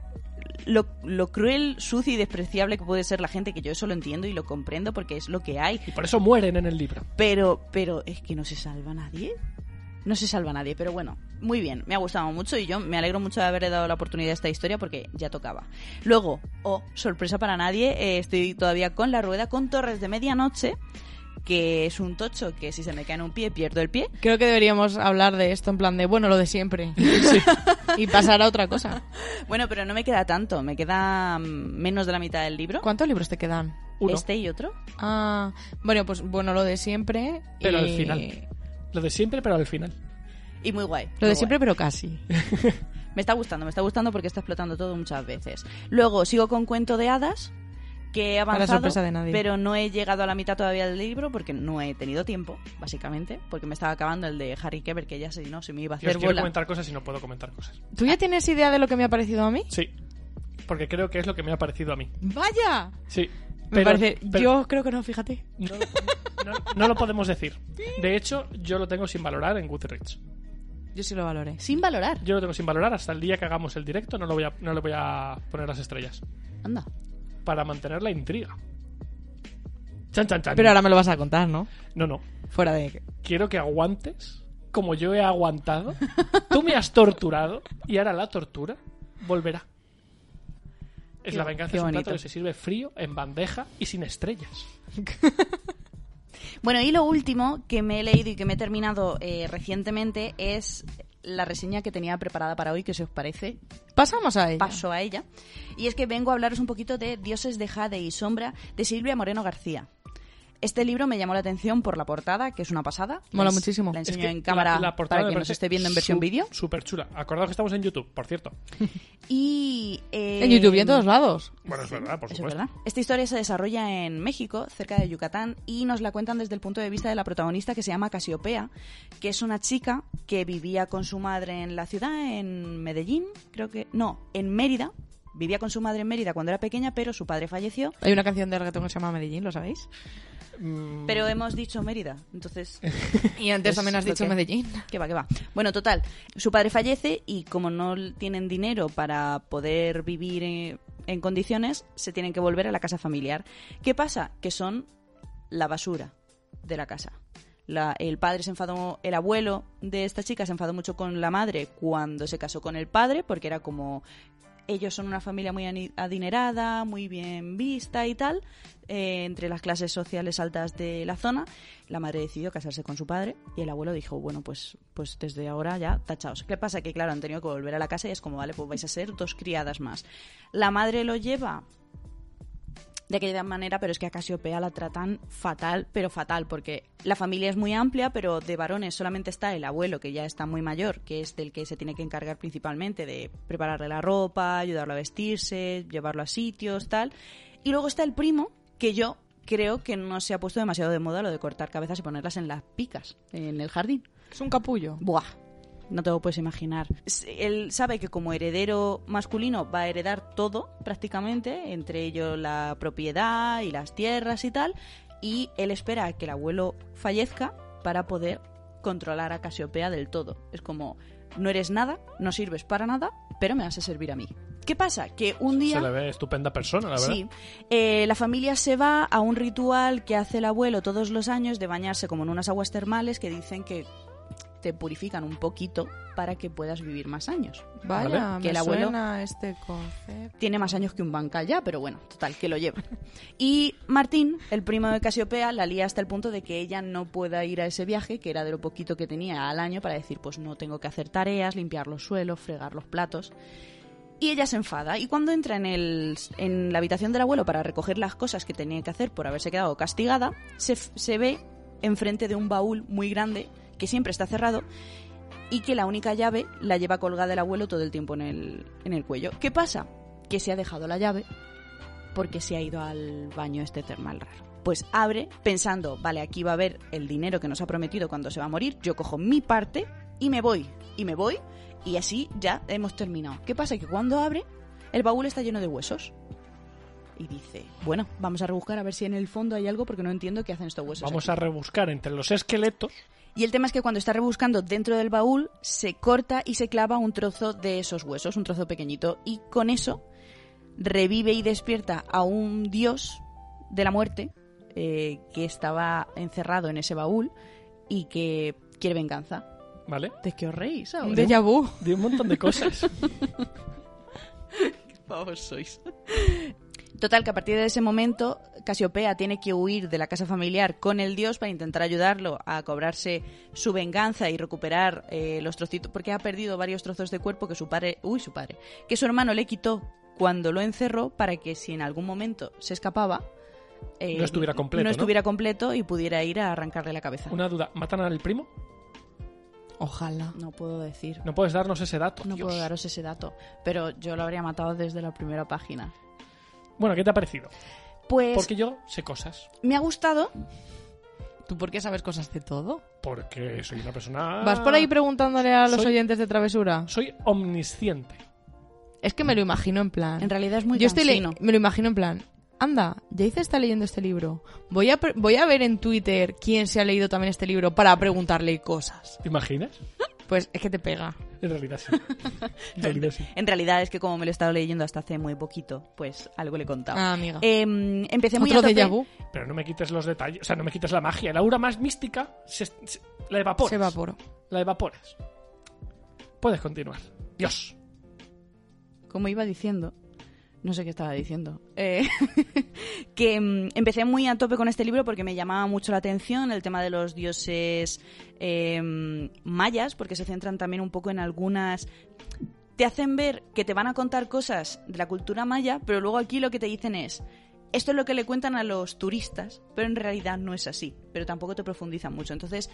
[SPEAKER 1] lo, lo cruel, sucio y despreciable que puede ser la gente, que yo eso lo entiendo y lo comprendo porque es lo que hay,
[SPEAKER 3] Y por eso mueren en el libro.
[SPEAKER 1] pero, pero es que no se salva nadie. No se salva nadie, pero bueno, muy bien, me ha gustado mucho y yo me alegro mucho de haberle dado la oportunidad a esta historia porque ya tocaba. Luego, oh, sorpresa para nadie, eh, estoy todavía con la rueda con Torres de Medianoche, que es un tocho que si se me cae en un pie pierdo el pie.
[SPEAKER 2] Creo que deberíamos hablar de esto en plan de, bueno, lo de siempre. y pasar a otra cosa.
[SPEAKER 1] Bueno, pero no me queda tanto, me queda mm, menos de la mitad del libro.
[SPEAKER 2] ¿Cuántos libros te quedan?
[SPEAKER 3] Uno.
[SPEAKER 1] Este y otro.
[SPEAKER 2] Ah, bueno, pues bueno, lo de siempre.
[SPEAKER 3] Pero al
[SPEAKER 2] y-
[SPEAKER 3] final. Lo de siempre, pero al final.
[SPEAKER 1] Y muy guay.
[SPEAKER 2] Lo
[SPEAKER 1] muy
[SPEAKER 2] de
[SPEAKER 1] guay.
[SPEAKER 2] siempre, pero casi.
[SPEAKER 1] Me está gustando, me está gustando porque está explotando todo muchas veces. Luego sigo con Cuento de Hadas, que he
[SPEAKER 2] Para
[SPEAKER 1] avanzado,
[SPEAKER 2] sorpresa de nadie.
[SPEAKER 1] pero no he llegado a la mitad todavía del libro porque no he tenido tiempo, básicamente, porque me estaba acabando el de Harry Keber, que ya si no se me iba a
[SPEAKER 3] Yo os
[SPEAKER 1] hacer
[SPEAKER 3] quiero
[SPEAKER 1] bola.
[SPEAKER 3] comentar cosas y no puedo comentar cosas.
[SPEAKER 2] ¿Tú ya tienes idea de lo que me ha parecido a mí?
[SPEAKER 3] Sí. Porque creo que es lo que me ha parecido a mí.
[SPEAKER 2] ¡Vaya!
[SPEAKER 3] Sí.
[SPEAKER 2] Me
[SPEAKER 3] pero-
[SPEAKER 2] parece.
[SPEAKER 3] pero-
[SPEAKER 2] Yo creo que no, fíjate.
[SPEAKER 3] No, no- no lo podemos decir. De hecho, yo lo tengo sin valorar en Goodreads.
[SPEAKER 2] Yo sí lo valoré.
[SPEAKER 1] Sin valorar.
[SPEAKER 3] Yo lo tengo sin valorar hasta el día que hagamos el directo. No, lo voy a, no le voy a poner las estrellas.
[SPEAKER 1] Anda.
[SPEAKER 3] Para mantener la intriga. Chan, chan, chan.
[SPEAKER 2] Pero ahora me lo vas a contar, ¿no?
[SPEAKER 3] No, no.
[SPEAKER 2] Fuera de.
[SPEAKER 3] Quiero que aguantes como yo he aguantado. Tú me has torturado y ahora la tortura volverá. Es
[SPEAKER 1] Qué-
[SPEAKER 3] la venganza,
[SPEAKER 1] qué
[SPEAKER 3] es un
[SPEAKER 1] bonito.
[SPEAKER 3] plato que se sirve frío, en bandeja y sin estrellas.
[SPEAKER 1] Bueno, y lo último que me he leído y que me he terminado eh, recientemente es la reseña que tenía preparada para hoy, que si os parece,
[SPEAKER 2] Pasamos a ella.
[SPEAKER 1] paso a ella. Y es que vengo a hablaros un poquito de Dioses de Jade y Sombra de Silvia Moreno García. Este libro me llamó la atención por la portada, que es una pasada.
[SPEAKER 2] Mola
[SPEAKER 1] Les-
[SPEAKER 2] muchísimo.
[SPEAKER 1] La
[SPEAKER 2] Es
[SPEAKER 1] enseño
[SPEAKER 3] que
[SPEAKER 1] en
[SPEAKER 3] la-
[SPEAKER 1] cámara
[SPEAKER 3] la portada
[SPEAKER 1] para
[SPEAKER 3] me
[SPEAKER 1] que nos
[SPEAKER 3] parece
[SPEAKER 1] esté viendo en versión
[SPEAKER 3] su-
[SPEAKER 1] vídeo.
[SPEAKER 3] Súper chula. Acordaos que estamos en YouTube, por cierto.
[SPEAKER 1] Y. eh,
[SPEAKER 2] En YouTube y en todos lados.
[SPEAKER 3] Bueno, es verdad, por
[SPEAKER 1] Eso es
[SPEAKER 3] supuesto.
[SPEAKER 1] verdad. Esta historia se desarrolla en México, cerca de Yucatán, y nos la cuentan desde el punto de vista de la protagonista que se llama Casiopea, que es una chica que vivía con su madre en la ciudad, en Medellín, creo que. No, en Mérida. Vivía con su madre en Mérida cuando era pequeña, pero su padre falleció.
[SPEAKER 2] Hay una canción de reggaetón que se llama Medellín, ¿lo sabéis?
[SPEAKER 3] Mm,
[SPEAKER 1] Pero hemos dicho Mérida, entonces.
[SPEAKER 2] Y antes
[SPEAKER 1] Es
[SPEAKER 2] también has
[SPEAKER 1] lo
[SPEAKER 2] dicho
[SPEAKER 1] que-
[SPEAKER 2] Medellín.
[SPEAKER 1] Que va, que va. Bueno, total, su padre fallece y como no l- tienen dinero para poder vivir eh, en condiciones, se tienen que volver a la casa familiar. ¿Qué pasa? Que son la basura de la casa. La- el padre se enfadó, el abuelo de esta chica se enfadó mucho con la madre cuando se casó con el padre, porque era como ellos son una familia muy ani- adinerada, muy bien vista y tal, eh, entre las clases sociales altas de la zona. La madre decidió casarse con su padre y el abuelo dijo, bueno, pues, pues desde ahora ya tachaos. ¿Qué pasa? Que claro, han tenido que volver a la casa y es como, vale, pues vais a ser dos criadas más. La madre lo lleva de aquella manera, pero es que a Casiopea la tratan fatal, pero fatal, porque la familia es muy amplia, pero de varones solamente está el abuelo, que ya está muy mayor, que es del que se tiene que encargar principalmente de prepararle la ropa, ayudarlo a vestirse, llevarlo a sitios, tal. Y luego está el primo, que yo creo que no se ha puesto demasiado de moda lo de cortar cabezas y ponerlas en las picas, en el jardín.
[SPEAKER 2] Es un capullo.
[SPEAKER 1] Buah. No te lo puedes imaginar. S- Él sabe que como heredero masculino va a heredar todo, prácticamente, entre ellos la propiedad y las tierras y tal, y él espera a que el abuelo fallezca para poder controlar a Casiopea del todo. Es como, no eres nada, no sirves para nada, pero me vas a servir a mí. ¿Qué pasa? Que un día...
[SPEAKER 3] Se le ve estupenda persona, la verdad.
[SPEAKER 1] Sí. Eh, la familia se va a un ritual que hace el abuelo todos los años de bañarse como en unas aguas termales que dicen que te purifican un poquito para que puedas vivir más años.
[SPEAKER 2] Vaya,
[SPEAKER 3] Vale.
[SPEAKER 2] me
[SPEAKER 1] Que el abuelo-
[SPEAKER 2] suena este concepto.
[SPEAKER 1] Tiene más años que un banca ya, pero bueno, total, que lo lleva. Y Martín, el primo de Casiopea, la lía hasta el punto de que ella no pueda ir a ese viaje, que era de lo poquito que tenía al año, para decir, pues no tengo que hacer tareas, limpiar los suelos, fregar los platos. Y ella se enfada. Y cuando entra en, el, en la habitación del abuelo para recoger las cosas que tenía que hacer por haberse quedado castigada, se, f- se ve enfrente de un baúl muy grande que siempre está cerrado y que la única llave la lleva colgada el abuelo todo el tiempo en el, en el cuello. ¿Qué pasa? Que se ha dejado la llave porque se ha ido al baño este termal raro. Pues abre pensando, vale, aquí va a haber el dinero que nos ha prometido cuando se va a morir, yo cojo mi parte y me voy, y me voy, y así ya hemos terminado. ¿Qué pasa? Que cuando abre, el baúl está lleno de huesos. Y dice, bueno, vamos a rebuscar a ver si en el fondo hay algo porque no entiendo qué hacen estos huesos.
[SPEAKER 3] Vamos
[SPEAKER 1] aquí".
[SPEAKER 3] a rebuscar entre los esqueletos.
[SPEAKER 1] Y el tema es que cuando está rebuscando dentro del baúl, se corta y se clava un trozo de esos huesos, un trozo pequeñito, y con eso revive y despierta a un dios de la muerte eh, que estaba encerrado en ese baúl y que quiere venganza.
[SPEAKER 3] ¿Vale?
[SPEAKER 1] ¿De qué os reís
[SPEAKER 2] Un
[SPEAKER 1] ahora?
[SPEAKER 2] déjà vu.
[SPEAKER 3] De un montón de cosas.
[SPEAKER 1] pavos sois. Total, que a partir de ese momento, Casiopea tiene que huir de la casa familiar con el dios para intentar ayudarlo a cobrarse su venganza y recuperar eh, los trocitos, porque ha perdido varios trozos de cuerpo que su padre, uy, su padre, que su hermano le quitó cuando lo encerró para que si en algún momento se escapaba, eh,
[SPEAKER 3] No estuviera completo,
[SPEAKER 1] no
[SPEAKER 3] ¿no?
[SPEAKER 1] estuviera completo y pudiera ir a arrancarle la cabeza.
[SPEAKER 3] Una duda, ¿matan al primo?
[SPEAKER 2] Ojalá.
[SPEAKER 1] No puedo decir,
[SPEAKER 3] No puedes darnos ese dato.
[SPEAKER 1] no
[SPEAKER 3] Oh, Dios.
[SPEAKER 1] puedo daros ese dato, pero yo lo habría matado desde la primera página.
[SPEAKER 3] Bueno, ¿qué te ha parecido?
[SPEAKER 1] Pues
[SPEAKER 3] Porque yo sé cosas.
[SPEAKER 1] me ha gustado,
[SPEAKER 2] ¿Tú por qué sabes cosas de todo?
[SPEAKER 3] Porque soy una persona.
[SPEAKER 2] ¿Vas por ahí preguntándole a los
[SPEAKER 3] Ah. Soy-
[SPEAKER 2] oyentes de Travesura?
[SPEAKER 3] Soy omnisciente.
[SPEAKER 2] Es que me lo imagino en plan.
[SPEAKER 1] en realidad es muy
[SPEAKER 2] yo estoy le-
[SPEAKER 1] cansino.
[SPEAKER 2] me lo imagino en plan. Anda, Jayce está leyendo este libro. Voy a, pre- voy a ver en Twitter quién se ha leído también este libro para preguntarle cosas.
[SPEAKER 3] ¿Te imaginas?
[SPEAKER 2] Pues es que te pega.
[SPEAKER 3] En realidad sí. En realidad sí.
[SPEAKER 1] En realidad es que como me lo he estado leyendo hasta hace muy poquito, pues algo le he contado.
[SPEAKER 2] Ah, amiga.
[SPEAKER 1] Eh, empecé muy a
[SPEAKER 2] Otro
[SPEAKER 1] tope-
[SPEAKER 2] déjà vu
[SPEAKER 3] Pero no me quites los detalles. O sea, no me quites la magia. La aura más mística se, se- la evaporas.
[SPEAKER 2] se evaporó.
[SPEAKER 3] La evaporas. Puedes continuar. Dios.
[SPEAKER 1] Como iba diciendo, no sé qué estaba diciendo, eh, que mm, empecé muy a tope con este libro porque me llamaba mucho la atención el tema de los dioses eh, mayas, porque se centran también un poco en algunas... Te hacen ver que te van a contar cosas de la cultura maya, pero luego aquí lo que te dicen es, esto es lo que le cuentan a los turistas, pero en realidad no es así, pero tampoco te profundizan mucho. Entonces,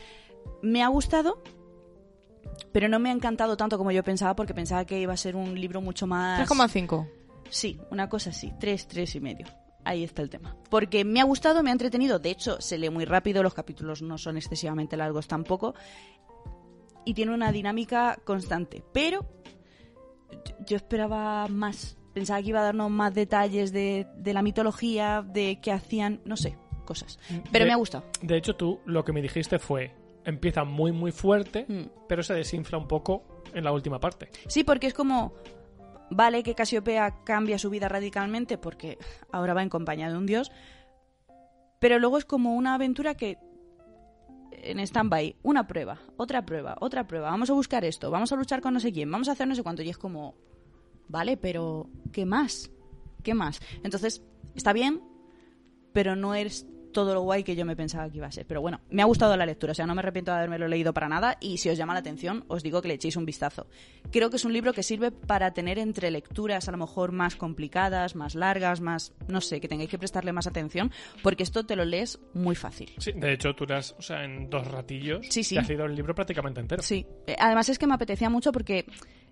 [SPEAKER 1] me ha gustado, pero no me ha encantado tanto como yo pensaba, porque pensaba que iba a ser un libro mucho más...
[SPEAKER 2] 3,5.
[SPEAKER 1] Sí, una cosa así, tres, tres y medio. Ahí está el tema. Porque me ha gustado, me ha entretenido. De hecho, se lee muy rápido, los capítulos no son excesivamente largos tampoco. Y tiene una dinámica constante. Pero yo- yo esperaba más. Pensaba que iba a darnos más detalles de, de la mitología, de qué hacían, no sé, cosas. Pero
[SPEAKER 3] De-
[SPEAKER 1] me ha gustado.
[SPEAKER 3] De hecho, tú lo que me dijiste fue, empieza muy, muy fuerte,
[SPEAKER 1] Mm.
[SPEAKER 3] pero se desinfla un poco en la última parte.
[SPEAKER 1] Sí, porque es como. Vale que Casiopea cambia su vida radicalmente porque ahora va en compañía de un dios. Pero luego es como una aventura que. En stand-by. Una prueba, otra prueba, otra prueba. Vamos a buscar esto, vamos a luchar con no sé quién, vamos a hacer no sé cuánto. Y es como. Vale, pero. ¿Qué más? ¿Qué más? Entonces, está bien, pero no es todo lo guay que yo me pensaba que iba a ser. Pero bueno, me ha gustado la lectura, o sea, no me arrepiento de haberme lo leído para nada y si os llama la atención, os digo que le echéis un vistazo. Creo que es un libro que sirve para tener entre lecturas a lo mejor más complicadas, más largas, más, no sé, que tengáis que prestarle más atención, porque esto te lo lees muy fácil.
[SPEAKER 3] Sí, de hecho, tú las, o sea, en dos ratillos,
[SPEAKER 1] Sí, sí.
[SPEAKER 3] te has leído el libro prácticamente entero.
[SPEAKER 1] Sí, Eh, además es que me apetecía mucho porque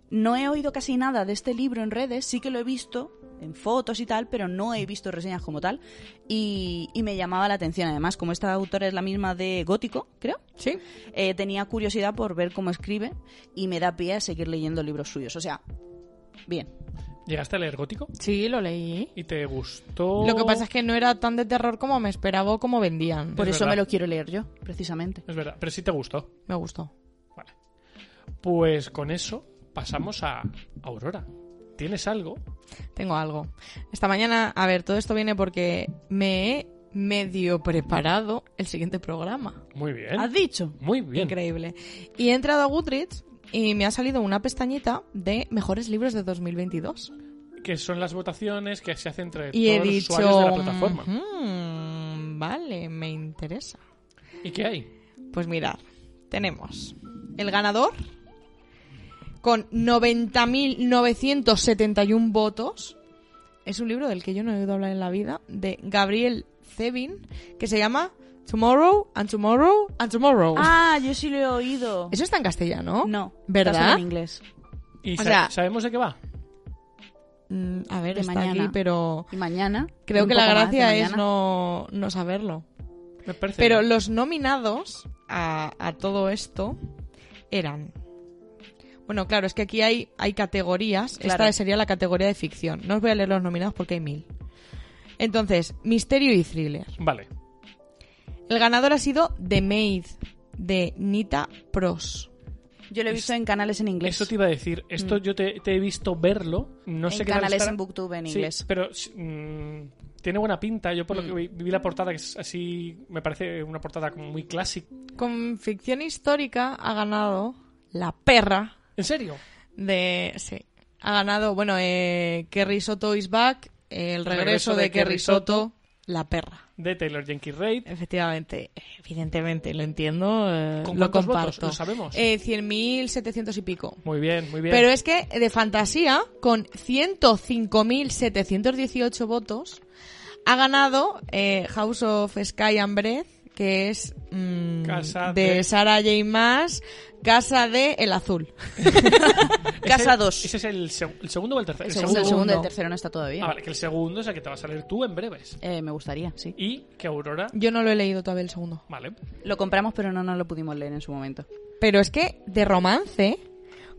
[SPEAKER 1] no he oído casi nada de este libro en redes, sí que lo he visto en fotos y tal, pero no he visto reseñas como tal y, y me llamaba la atención. Además, como esta autora es la misma de Gótico, creo,
[SPEAKER 2] ¿Sí?
[SPEAKER 1] eh, tenía curiosidad por ver cómo escribe y me da pie a seguir leyendo libros suyos. O sea, bien.
[SPEAKER 3] ¿Llegaste a leer Gótico?
[SPEAKER 2] Sí, lo leí.
[SPEAKER 3] ¿Y te gustó?
[SPEAKER 2] Lo que pasa es que no era tan de terror como me esperaba o como vendían.
[SPEAKER 1] Por
[SPEAKER 3] Es
[SPEAKER 1] eso
[SPEAKER 3] verdad.
[SPEAKER 1] me lo quiero leer yo, precisamente.
[SPEAKER 3] Es verdad, pero sí te gustó.
[SPEAKER 2] Me gustó.
[SPEAKER 3] Vale. Pues con eso pasamos a Aurora. ¿Tienes algo?
[SPEAKER 2] Tengo algo. Esta mañana, a ver, todo esto viene porque me he medio preparado el siguiente programa.
[SPEAKER 3] Muy bien.
[SPEAKER 1] ¿Has dicho?
[SPEAKER 3] Muy bien.
[SPEAKER 2] Increíble. Y he entrado a Goodreads y me ha salido una pestañita de mejores libros de 2022.
[SPEAKER 3] Que son las votaciones que se hacen entre
[SPEAKER 2] Y
[SPEAKER 3] todos
[SPEAKER 2] he
[SPEAKER 3] los
[SPEAKER 2] dicho...
[SPEAKER 3] usuarios de la plataforma.
[SPEAKER 2] "Mm, vale, me interesa.
[SPEAKER 3] ¿Y qué hay?
[SPEAKER 2] Pues mirad, tenemos el ganador con 90.971 votos. Es un libro del que yo no he oído hablar en la vida, de Gabriel Zevin, que se llama Tomorrow and Tomorrow and Tomorrow.
[SPEAKER 1] Ah, yo sí lo he oído.
[SPEAKER 2] Eso está Oh. en castellano.
[SPEAKER 1] No,
[SPEAKER 2] ¿Verdad?
[SPEAKER 1] está solo en inglés.
[SPEAKER 3] ¿Y
[SPEAKER 2] O
[SPEAKER 3] sa-
[SPEAKER 2] sea-
[SPEAKER 3] sabemos de qué va?
[SPEAKER 2] Mm, a ver,
[SPEAKER 1] De
[SPEAKER 2] está
[SPEAKER 1] mañana.
[SPEAKER 2] aquí, pero
[SPEAKER 1] Y mañana.
[SPEAKER 2] creo
[SPEAKER 1] un
[SPEAKER 2] que la
[SPEAKER 1] poco más de
[SPEAKER 2] gracia es
[SPEAKER 1] mañana.
[SPEAKER 2] no, no saberlo.
[SPEAKER 3] Me parece
[SPEAKER 2] Pero
[SPEAKER 3] bien.
[SPEAKER 2] los nominados a, a todo esto eran. Bueno, claro, es que aquí hay, hay categorías.
[SPEAKER 1] Claro.
[SPEAKER 2] Esta sería la categoría de ficción. No os voy a leer los nominados porque hay mil. Entonces, misterio y thriller.
[SPEAKER 3] Vale.
[SPEAKER 2] El ganador ha sido The Maid, de Nita Pros.
[SPEAKER 1] Yo lo he visto en canales en inglés.
[SPEAKER 3] Eso te iba a decir.
[SPEAKER 2] Mm.
[SPEAKER 3] Esto yo te, te he visto verlo. No
[SPEAKER 1] en
[SPEAKER 3] sé qué tal
[SPEAKER 1] canales
[SPEAKER 3] estará.
[SPEAKER 1] en Booktube en
[SPEAKER 3] Sí,
[SPEAKER 1] inglés.
[SPEAKER 3] pero sí, mm, tiene buena pinta. Yo por
[SPEAKER 2] Mm.
[SPEAKER 3] lo que vi, vi la portada, que es así, me parece una portada como muy clásica.
[SPEAKER 2] Con ficción histórica ha ganado La Perra,
[SPEAKER 3] ¿En serio?
[SPEAKER 2] de. Sí. Ha ganado, bueno, eh, Kerry Soto is back. El regreso, de, Kerry Soto, La Perra.
[SPEAKER 3] De Taylor Jenkins Reid.
[SPEAKER 2] Efectivamente, evidentemente, lo entiendo, eh,
[SPEAKER 3] ¿Con
[SPEAKER 2] lo
[SPEAKER 3] cuántos
[SPEAKER 2] comparto.
[SPEAKER 3] votos? Lo sabemos.
[SPEAKER 2] Eh, 100.700 y pico.
[SPEAKER 3] Muy bien, muy bien.
[SPEAKER 2] Pero es que de fantasía, con 105.718 votos, ha ganado eh, House of Sky and Breath, que es mm,
[SPEAKER 3] Casa
[SPEAKER 2] de,
[SPEAKER 3] de-
[SPEAKER 2] Sarah J. Maas, Casa de El Azul.
[SPEAKER 1] Casa
[SPEAKER 3] Ese-
[SPEAKER 1] 2.
[SPEAKER 3] ¿Ese es el, seg- el segundo o el tercero?
[SPEAKER 1] El segundo, el
[SPEAKER 2] segundo.
[SPEAKER 1] segundo y el tercero no está todavía.
[SPEAKER 3] Ah, vale, que el segundo es el que te va a salir tú en breves.
[SPEAKER 1] Eh, me gustaría, sí.
[SPEAKER 3] Y que Aurora.
[SPEAKER 2] Yo no lo he leído todavía el segundo.
[SPEAKER 3] Vale.
[SPEAKER 1] Lo compramos, pero no nos lo pudimos leer en su momento.
[SPEAKER 2] Pero es que de romance,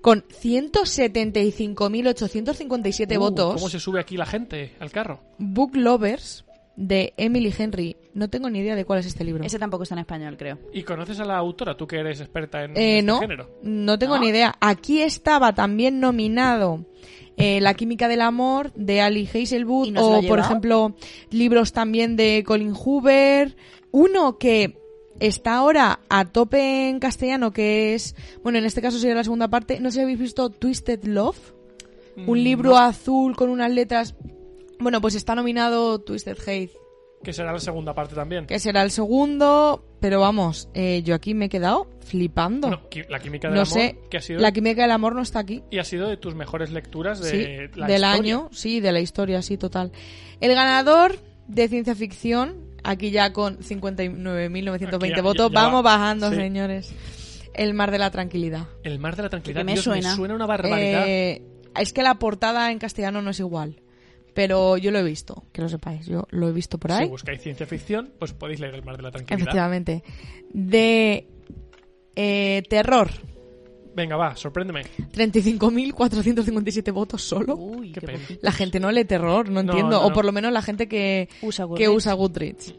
[SPEAKER 2] con 175.857
[SPEAKER 3] Uh,
[SPEAKER 2] votos...
[SPEAKER 3] ¿Cómo se sube aquí la gente al carro?
[SPEAKER 2] Book Lovers de Emily Henry. No tengo ni idea de cuál es este libro.
[SPEAKER 1] Ese tampoco está en español, creo.
[SPEAKER 3] ¿Y conoces a la autora, tú que eres experta en
[SPEAKER 2] Eh,
[SPEAKER 3] este
[SPEAKER 2] no,
[SPEAKER 3] género?
[SPEAKER 2] no tengo
[SPEAKER 1] No.
[SPEAKER 2] ni idea. Aquí estaba también nominado eh, La química del amor de Ali
[SPEAKER 1] ¿Y
[SPEAKER 2] Hazelwood
[SPEAKER 1] nos lo ha
[SPEAKER 2] o, por
[SPEAKER 1] llevado?
[SPEAKER 2] ejemplo, libros también de Colin Hoover. Uno que está ahora a tope en castellano, que es, bueno, en este caso sería la segunda parte. No sé si habéis visto Twisted Love. Un
[SPEAKER 3] Mm,
[SPEAKER 2] libro
[SPEAKER 3] no,
[SPEAKER 2] azul con unas letras. Bueno, pues está nominado Twisted Hate.
[SPEAKER 3] que será la segunda parte también.
[SPEAKER 2] que será el segundo, pero vamos, eh, yo aquí me he quedado flipando.
[SPEAKER 3] No, qui- la química del
[SPEAKER 2] No
[SPEAKER 3] amor,
[SPEAKER 2] sé,
[SPEAKER 3] que ha sido
[SPEAKER 2] la química del amor no está aquí.
[SPEAKER 3] y ha sido de tus mejores lecturas de
[SPEAKER 2] sí,
[SPEAKER 3] la
[SPEAKER 2] del
[SPEAKER 3] historia.
[SPEAKER 2] año, sí, de la historia, sí, total. El ganador de ciencia ficción, aquí ya con 59.920
[SPEAKER 3] Aquí ya-
[SPEAKER 2] votos,
[SPEAKER 3] ya- ya
[SPEAKER 2] vamos
[SPEAKER 3] va.
[SPEAKER 2] bajando,
[SPEAKER 3] Sí.
[SPEAKER 2] señores. El mar de la tranquilidad.
[SPEAKER 3] El mar de la tranquilidad.
[SPEAKER 1] Que me
[SPEAKER 3] Dios,
[SPEAKER 1] suena.
[SPEAKER 3] una barbaridad.
[SPEAKER 2] Eh, es que la portada en castellano no es igual, pero yo lo he visto, que lo sepáis, yo lo he visto por
[SPEAKER 3] si
[SPEAKER 2] ahí.
[SPEAKER 3] buscáis ciencia ficción, pues podéis leer El mar de la tranquilidad.
[SPEAKER 2] Efectivamente. De eh, terror,
[SPEAKER 3] Venga, va, sorpréndeme.
[SPEAKER 2] 35.457 votos solo.
[SPEAKER 1] Uy,
[SPEAKER 3] Qué
[SPEAKER 1] qué
[SPEAKER 3] pena.
[SPEAKER 1] poquito.
[SPEAKER 2] La gente no lee terror, no,
[SPEAKER 3] No,
[SPEAKER 2] entiendo.
[SPEAKER 3] no,
[SPEAKER 2] O
[SPEAKER 3] no.
[SPEAKER 2] por lo menos la gente que,
[SPEAKER 1] Usa
[SPEAKER 2] que
[SPEAKER 1] Goodreads.
[SPEAKER 2] usa Goodreads.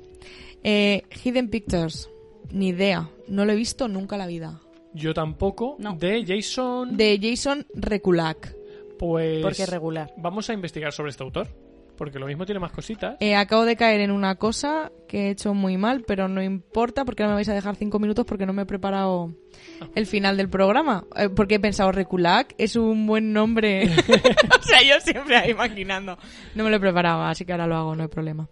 [SPEAKER 2] Eh, Hidden Pictures, ni idea. No lo he visto nunca en la vida.
[SPEAKER 3] Yo tampoco.
[SPEAKER 1] No.
[SPEAKER 3] De Jason,
[SPEAKER 2] De Jason Reculak.
[SPEAKER 3] pues...
[SPEAKER 1] Porque regular.
[SPEAKER 3] Vamos a investigar sobre este autor. Porque lo mismo tiene más cositas.
[SPEAKER 2] Eh, acabo de caer en una cosa que he hecho muy mal, pero no importa porque ahora me vais a dejar cinco minutos porque no me he preparado el final del programa. Eh, porque he pensado, Reculac es un buen nombre. o sea, yo siempre ahí imaginando. No me lo he preparado, así que ahora lo hago, no hay problema.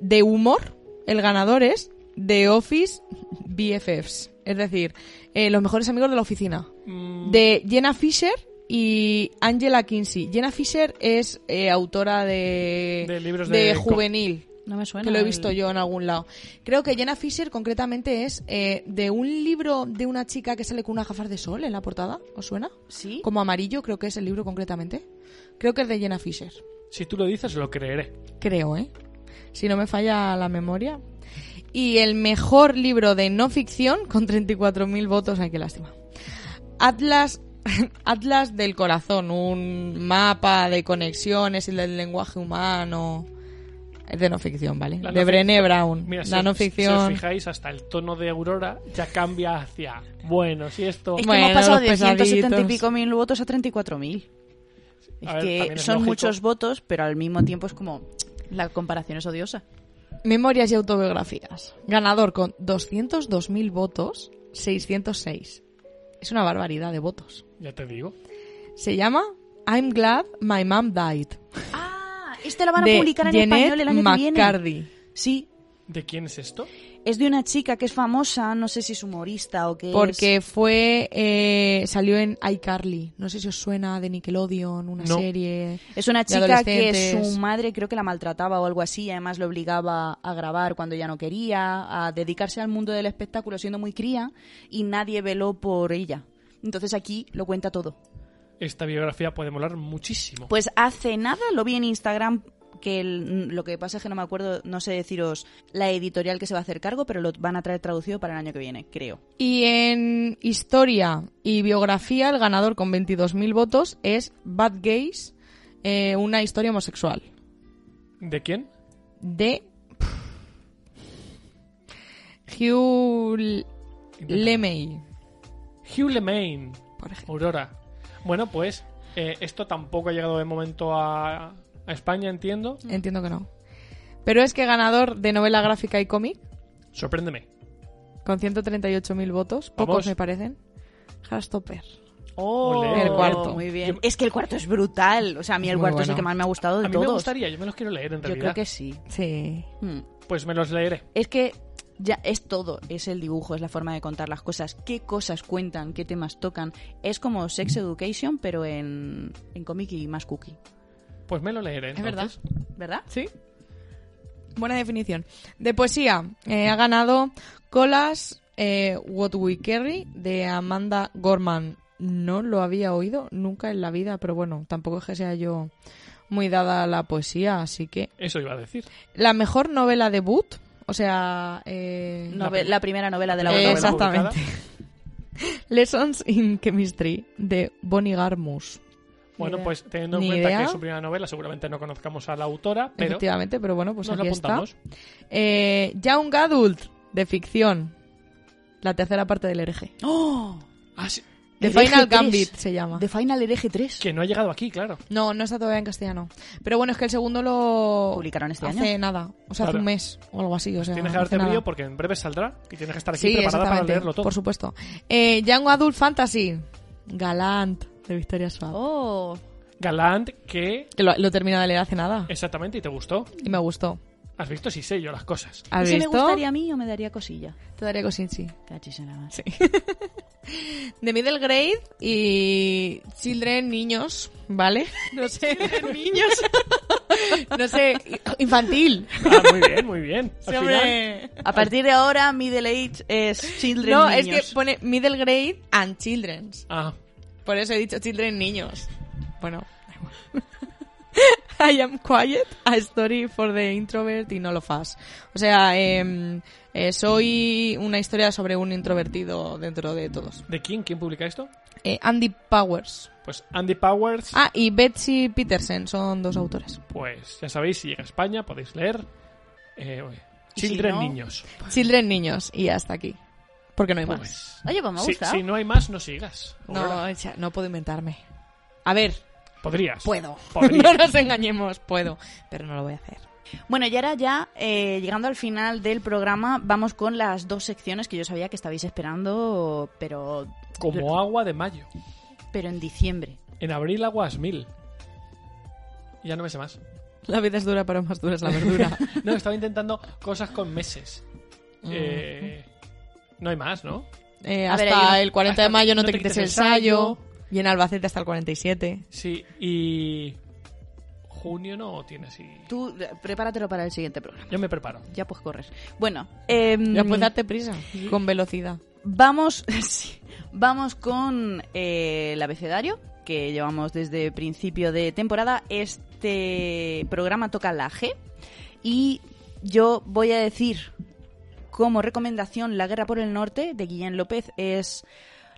[SPEAKER 2] De humor, el ganador es The Office BFFs. Es decir, eh, los mejores amigos de la oficina
[SPEAKER 3] Mm,
[SPEAKER 2] de Jenna Fisher y Angela Kinsey. Jenna Fisher es eh, autora de,
[SPEAKER 3] De libros de co-
[SPEAKER 2] juvenil,
[SPEAKER 1] No me suena.
[SPEAKER 2] que lo he
[SPEAKER 1] el-
[SPEAKER 2] visto yo en algún lado. Creo que Jenna Fisher concretamente es eh, de un libro de una chica que sale con unas gafas de sol en la portada. ¿Os suena?
[SPEAKER 1] Sí.
[SPEAKER 2] Como amarillo, creo que es el libro concretamente. Creo que es de Jenna Fisher.
[SPEAKER 3] Si tú lo dices, lo creeré.
[SPEAKER 2] Creo, ¿eh? Si no me falla la memoria. Y el mejor libro de no ficción con 34.000 votos. Ay, qué lástima. Atlas, Atlas del Corazón, un mapa de conexiones y del lenguaje humano. Es de no ficción, ¿vale?
[SPEAKER 3] La no
[SPEAKER 2] de
[SPEAKER 3] fic-
[SPEAKER 2] Brené Brown.
[SPEAKER 3] Mira, si,
[SPEAKER 2] la no
[SPEAKER 3] os- si
[SPEAKER 2] ficción.
[SPEAKER 3] os fijáis, hasta el tono de Aurora ya cambia hacia. Bueno, si esto.
[SPEAKER 1] Es que
[SPEAKER 2] Bueno,
[SPEAKER 1] hemos pasado
[SPEAKER 2] los
[SPEAKER 1] de 170 y
[SPEAKER 2] pesaditos.
[SPEAKER 1] pico mil votos a 34.000. Es
[SPEAKER 3] A ver,
[SPEAKER 1] que
[SPEAKER 3] también es
[SPEAKER 1] son
[SPEAKER 3] lógico.
[SPEAKER 1] muchos votos, pero al mismo tiempo es como. La comparación es odiosa.
[SPEAKER 2] Memorias y autobiografías. Ganador con 202.000 votos, 606. Es una barbaridad de votos.
[SPEAKER 3] Ya te digo.
[SPEAKER 2] Se llama I'm Glad My Mom Died.
[SPEAKER 1] Ah, este lo van a
[SPEAKER 2] de
[SPEAKER 1] publicar en
[SPEAKER 2] Jeanette
[SPEAKER 1] español el año que viene.
[SPEAKER 2] McCarthy.
[SPEAKER 1] Sí,
[SPEAKER 3] ¿De quién es esto?
[SPEAKER 1] es de una chica que es famosa, no sé si es humorista o qué. es.
[SPEAKER 2] Porque fue. eh, salió en iCarly. No sé si os suena de Nickelodeon, una
[SPEAKER 3] No.
[SPEAKER 2] serie.
[SPEAKER 1] Es una
[SPEAKER 2] de
[SPEAKER 1] chica que
[SPEAKER 2] adolescentes.
[SPEAKER 1] su madre creo que la maltrataba o algo así, y además le obligaba a grabar cuando ya no quería, a dedicarse al mundo del espectáculo siendo muy cría y nadie veló por ella. Entonces aquí lo cuenta todo.
[SPEAKER 3] Esta biografía puede molar muchísimo.
[SPEAKER 1] Pues hace nada lo vi en Instagram que el- lo que pasa es que no me acuerdo, no sé deciros la editorial que se va a hacer cargo, pero lo van a traer traducido para el año que viene, creo.
[SPEAKER 2] Y en historia y biografía, el ganador con 22.000 votos es Bad Gays, eh, una historia homosexual.
[SPEAKER 3] ¿De quién?
[SPEAKER 2] De. Hugh L- Lemay.
[SPEAKER 3] Hugh LeMaine.
[SPEAKER 2] Por ejemplo.
[SPEAKER 3] Aurora. Bueno, pues eh, esto tampoco ha llegado de momento a, a España, entiendo.
[SPEAKER 2] Entiendo que no. Pero es que ganador de novela gráfica y cómic.
[SPEAKER 3] Sorpréndeme.
[SPEAKER 2] con 138.000 votos,
[SPEAKER 3] Vamos.
[SPEAKER 2] pocos me parecen. Hastopper.
[SPEAKER 3] Ole.
[SPEAKER 2] El cuarto.
[SPEAKER 1] Muy bien.
[SPEAKER 3] Yo-
[SPEAKER 1] es que el cuarto es brutal. O sea, a mí
[SPEAKER 2] Es
[SPEAKER 1] el
[SPEAKER 2] muy
[SPEAKER 1] cuarto es el
[SPEAKER 2] bueno.
[SPEAKER 1] que más me ha gustado de
[SPEAKER 3] A mí
[SPEAKER 1] todos.
[SPEAKER 3] me gustaría, yo me los quiero leer en
[SPEAKER 1] Yo
[SPEAKER 3] realidad.
[SPEAKER 1] creo que sí.
[SPEAKER 2] Sí.
[SPEAKER 1] Mm.
[SPEAKER 3] Pues me los leeré.
[SPEAKER 1] Es que ya es todo, es el dibujo, es la forma de contar las cosas, qué cosas cuentan, qué temas tocan. Es como Sex Education, pero en, en cómic y más cookie,
[SPEAKER 3] Pues me lo leeré. entonces.
[SPEAKER 1] ¿verdad?
[SPEAKER 2] Sí. Buena definición. De poesía, eh, ha ganado Colas eh, What We Carry de Amanda Gorman. No lo había oído nunca en la vida, pero bueno, tampoco es que sea yo muy dada a la poesía, así que.
[SPEAKER 3] Eso iba a decir.
[SPEAKER 2] La mejor novela debut, o sea. eh,
[SPEAKER 1] Nove- la, primera novela de la
[SPEAKER 2] Eh,
[SPEAKER 1] autora.
[SPEAKER 2] exacto. Exactamente. Lessons in Chemistry de Bonnie Garmus.
[SPEAKER 3] Bueno,
[SPEAKER 2] Ni
[SPEAKER 3] pues teniendo en
[SPEAKER 2] Ni
[SPEAKER 3] cuenta
[SPEAKER 2] idea.
[SPEAKER 3] que es su primera novela, seguramente no conozcamos a la autora, pero
[SPEAKER 2] Efectivamente, pero bueno, pues
[SPEAKER 3] nos
[SPEAKER 2] aquí
[SPEAKER 3] lo
[SPEAKER 2] está.
[SPEAKER 3] apuntamos.
[SPEAKER 2] Eh, Young Adult, de ficción. La tercera parte del hereje.
[SPEAKER 1] ¡Oh!
[SPEAKER 3] Ah, sí,
[SPEAKER 2] The
[SPEAKER 1] Hereje
[SPEAKER 2] Final
[SPEAKER 1] tres.
[SPEAKER 2] Gambit se llama.
[SPEAKER 1] The Final Hereje 3.
[SPEAKER 3] Que no ha llegado aquí, claro.
[SPEAKER 2] No, no está todavía en castellano. Pero bueno, es que el segundo lo...
[SPEAKER 1] Publicaron este
[SPEAKER 2] hace
[SPEAKER 1] año.
[SPEAKER 2] nada. O sea, hace
[SPEAKER 3] Claro.
[SPEAKER 2] un mes o algo así. O sea,
[SPEAKER 3] tienes que
[SPEAKER 2] no
[SPEAKER 3] darte
[SPEAKER 2] hace nada.
[SPEAKER 3] brillo porque en breve saldrá y tienes que estar aquí
[SPEAKER 2] Sí,
[SPEAKER 3] preparada para
[SPEAKER 2] exactamente.
[SPEAKER 3] leerlo todo.
[SPEAKER 2] Por supuesto. Eh, Young Adult Fantasy. Galant, de Victoria Schwab.
[SPEAKER 1] ¡Oh!
[SPEAKER 3] Galant, que
[SPEAKER 2] Que lo, lo he terminado de leer hace nada.
[SPEAKER 3] exactamente, y te gustó.
[SPEAKER 2] Y me gustó.
[SPEAKER 3] Has visto si sé yo las cosas.
[SPEAKER 2] ¿Has
[SPEAKER 1] ¿Ese
[SPEAKER 2] visto?
[SPEAKER 1] me gustaría a mí o me daría cosilla?
[SPEAKER 2] Te daría cosinchi.
[SPEAKER 1] Cachis en la madre.
[SPEAKER 2] De middle grade y children, niños, ¿vale? No sé, niños. No sé, infantil.
[SPEAKER 3] Ah, muy bien, muy bien. Al
[SPEAKER 2] Sí,
[SPEAKER 3] final,
[SPEAKER 2] hombre.
[SPEAKER 1] A partir de ahora, middle age es children
[SPEAKER 2] No,
[SPEAKER 1] niños.
[SPEAKER 2] es que pues, pone middle grade and children's.
[SPEAKER 3] Ah,
[SPEAKER 2] Por eso he dicho children niños. Bueno, da igual. I am quiet, a story for the introvert y no lo fas. O sea, em, eh, soy una historia sobre un introvertido dentro de todos.
[SPEAKER 3] ¿De quién? ¿Quién publica esto?
[SPEAKER 2] Eh, Andy Powers.
[SPEAKER 3] Pues Andy Powers.
[SPEAKER 2] Ah, y Betsy Peterson son dos autores.
[SPEAKER 3] Pues ya sabéis, si llega a España podéis leer eh, oye,
[SPEAKER 1] Y si
[SPEAKER 3] Children
[SPEAKER 1] no,
[SPEAKER 3] Niños.
[SPEAKER 2] Children niños y hasta aquí. Porque no hay más.
[SPEAKER 3] Pues,
[SPEAKER 1] Oye, pues me ha
[SPEAKER 3] si,
[SPEAKER 1] gustado.
[SPEAKER 3] si no hay más, no sigas.
[SPEAKER 2] No,
[SPEAKER 3] Aurora.
[SPEAKER 2] o sea, no puedo inventarme. A ver,
[SPEAKER 3] Podrías.
[SPEAKER 2] puedo.
[SPEAKER 3] Podrías.
[SPEAKER 2] No nos engañemos, puedo. Pero no lo voy a hacer.
[SPEAKER 1] Bueno, y ahora ya, eh, llegando al final del programa, vamos con las dos secciones que yo sabía que estabais esperando, pero,
[SPEAKER 3] Como agua de mayo.
[SPEAKER 1] pero en diciembre.
[SPEAKER 3] En abril aguas mil. Ya no me sé más.
[SPEAKER 2] La vida es dura, pero más dura Mm. es la verdura.
[SPEAKER 3] No, estaba intentando cosas con meses. Eh, no hay más, ¿no?
[SPEAKER 2] Eh,
[SPEAKER 1] A ver,
[SPEAKER 2] hasta
[SPEAKER 1] hay una-
[SPEAKER 2] el 40
[SPEAKER 3] hasta
[SPEAKER 2] de mayo
[SPEAKER 3] que
[SPEAKER 2] no, te, quites, el
[SPEAKER 3] sayo.
[SPEAKER 2] sayo. Y en Albacete hasta el 47.
[SPEAKER 3] Sí, y junio no tiene así.
[SPEAKER 1] Tú eh, prepáratelo para el siguiente programa.
[SPEAKER 3] Yo me preparo.
[SPEAKER 1] Ya pues correr. Bueno, em,
[SPEAKER 2] Ya puedes darte pues prisa. Con velocidad.
[SPEAKER 1] vamos, sí, vamos con eh, el abecedario que llevamos desde principio de temporada. Este programa toca la G y yo voy a decir como recomendación La guerra por el norte de Guillén López es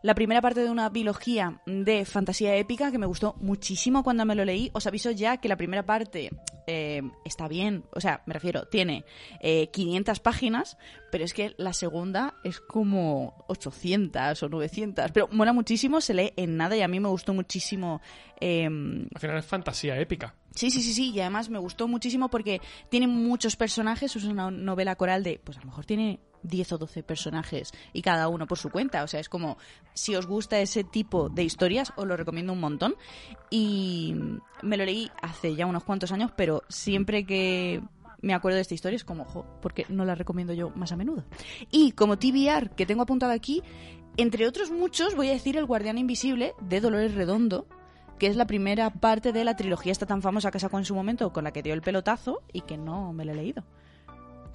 [SPEAKER 1] la primera parte de una biología de fantasía épica que me gustó muchísimo cuando me lo leí. Os aviso ya que la primera parte eh, está bien, o sea, me refiero, tiene eh, 500 páginas, pero es que la segunda es como 800 o 900, pero mola muchísimo, se lee en nada y a mí me gustó muchísimo em,
[SPEAKER 3] Al final es fantasía épica.
[SPEAKER 1] Sí, sí, sí, sí, y además me gustó muchísimo porque tiene muchos personajes, es una novela coral de, pues a lo mejor tiene 10 o 12 personajes y cada uno por su cuenta, o sea, es como, si os gusta ese tipo de historias, os lo recomiendo un montón. Y me lo leí hace ya unos cuantos años, pero siempre que me acuerdo de esta historia es como, jo, porque no la recomiendo yo más a menudo. Y como TBR que tengo apuntado aquí, entre otros muchos, voy a decir El Guardián Invisible de Dolores Redondo, que es la primera parte de la trilogía esta tan famosa que sacó en su momento, con la que dio el pelotazo y que no me la he leído.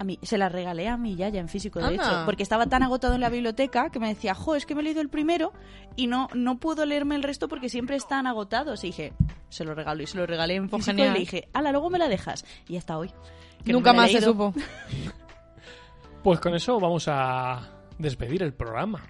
[SPEAKER 1] A mí, se la regalé a mi yaya en físico, de
[SPEAKER 2] Anda.
[SPEAKER 1] hecho, porque estaba tan agotado en la biblioteca que me decía, jo, es que me he leído el primero y no, no puedo leerme el resto porque siempre están agotados. Y dije, se lo regalo y se lo regalé en
[SPEAKER 2] Pues
[SPEAKER 1] físico y
[SPEAKER 2] genial.
[SPEAKER 1] le dije, ala, luego me la dejas. Y hasta hoy. que no
[SPEAKER 2] Nunca
[SPEAKER 1] me la he
[SPEAKER 2] más se
[SPEAKER 1] leído.
[SPEAKER 2] supo.
[SPEAKER 3] Pues con eso vamos a despedir el programa.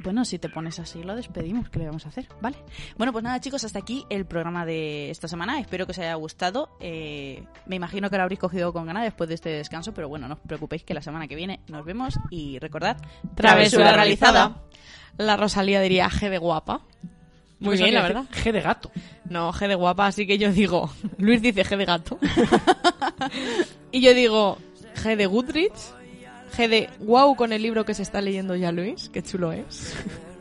[SPEAKER 1] Bueno, si te pones así, lo despedimos. ¿Qué le vamos a hacer? ¿Vale? Bueno, pues nada, chicos, hasta aquí el programa de esta semana. Espero que os haya gustado. Eh, me imagino que lo habréis cogido con ganas después de este descanso, pero bueno, no os preocupéis que la semana que viene nos vemos y recordad,
[SPEAKER 2] Travesura realizada. La Rosalía diría G de guapa. Muy
[SPEAKER 3] Yo
[SPEAKER 2] bien, la
[SPEAKER 3] sabía
[SPEAKER 2] verdad.
[SPEAKER 3] decir G de gato.
[SPEAKER 2] No, G de guapa, así que yo digo. Luis dice G de gato. y yo digo G de Goodrich. G de wow con el libro que se está leyendo ya Luis. Qué chulo es.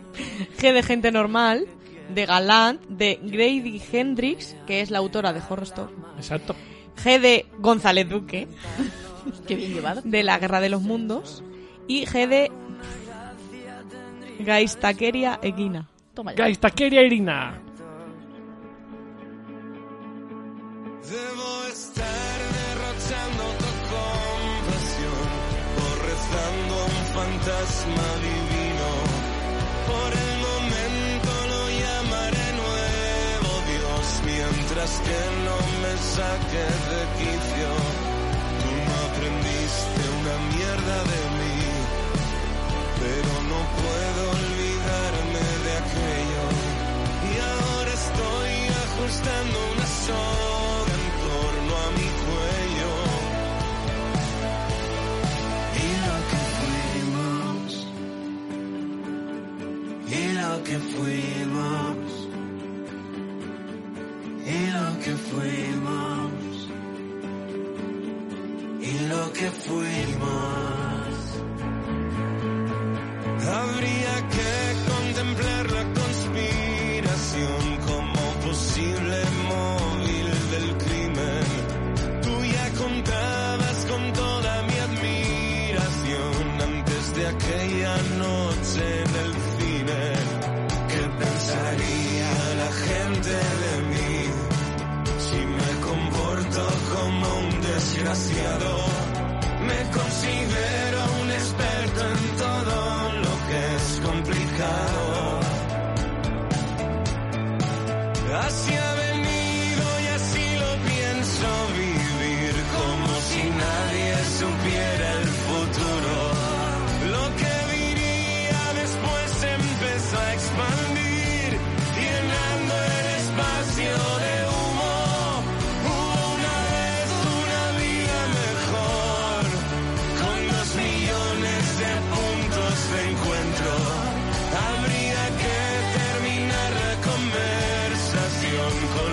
[SPEAKER 2] G de gente normal. De Galant. De Grady Hendrix, que es la autora de Horror Store.
[SPEAKER 3] Exacto.
[SPEAKER 2] G de González Duque.
[SPEAKER 1] Qué bien llevado.
[SPEAKER 2] De la guerra de los mundos. Y G de. Gaistaqueria Equina.
[SPEAKER 1] Toma ya.
[SPEAKER 3] Guys, Taqueria Irina.
[SPEAKER 4] Debo estar derrochando autocompasión o rezando a un fantasma divino. Por el momento lo llamaré nuevo Dios mientras que no me saque de quicio. Tú no aprendiste una mierda de mí, pero no puedo olvidarme de aquello. Y ahora estoy ajustando una soga en torno a mi cuello. Y lo que fuimos. Y lo que fuimos. Y lo que fuimos. Y lo que fuimos. Habría que contemplar la conspiración como posible móvil del crimen. Tú ya contabas con toda mi admiración antes de aquella noche en el cine. ¿Qué pensaría la gente de mí si me comporto como demasiado. Me considero un experto en todo lo que es complicado. Así ha venido y así lo pienso vivir como si nadie supiera el futuro. Lo que diría después se empezó a expandir, llenando el espacio de humo. Hubo una vez una vida mejor, con dos millones de puntos de encuentro. Habría que terminar la conversación con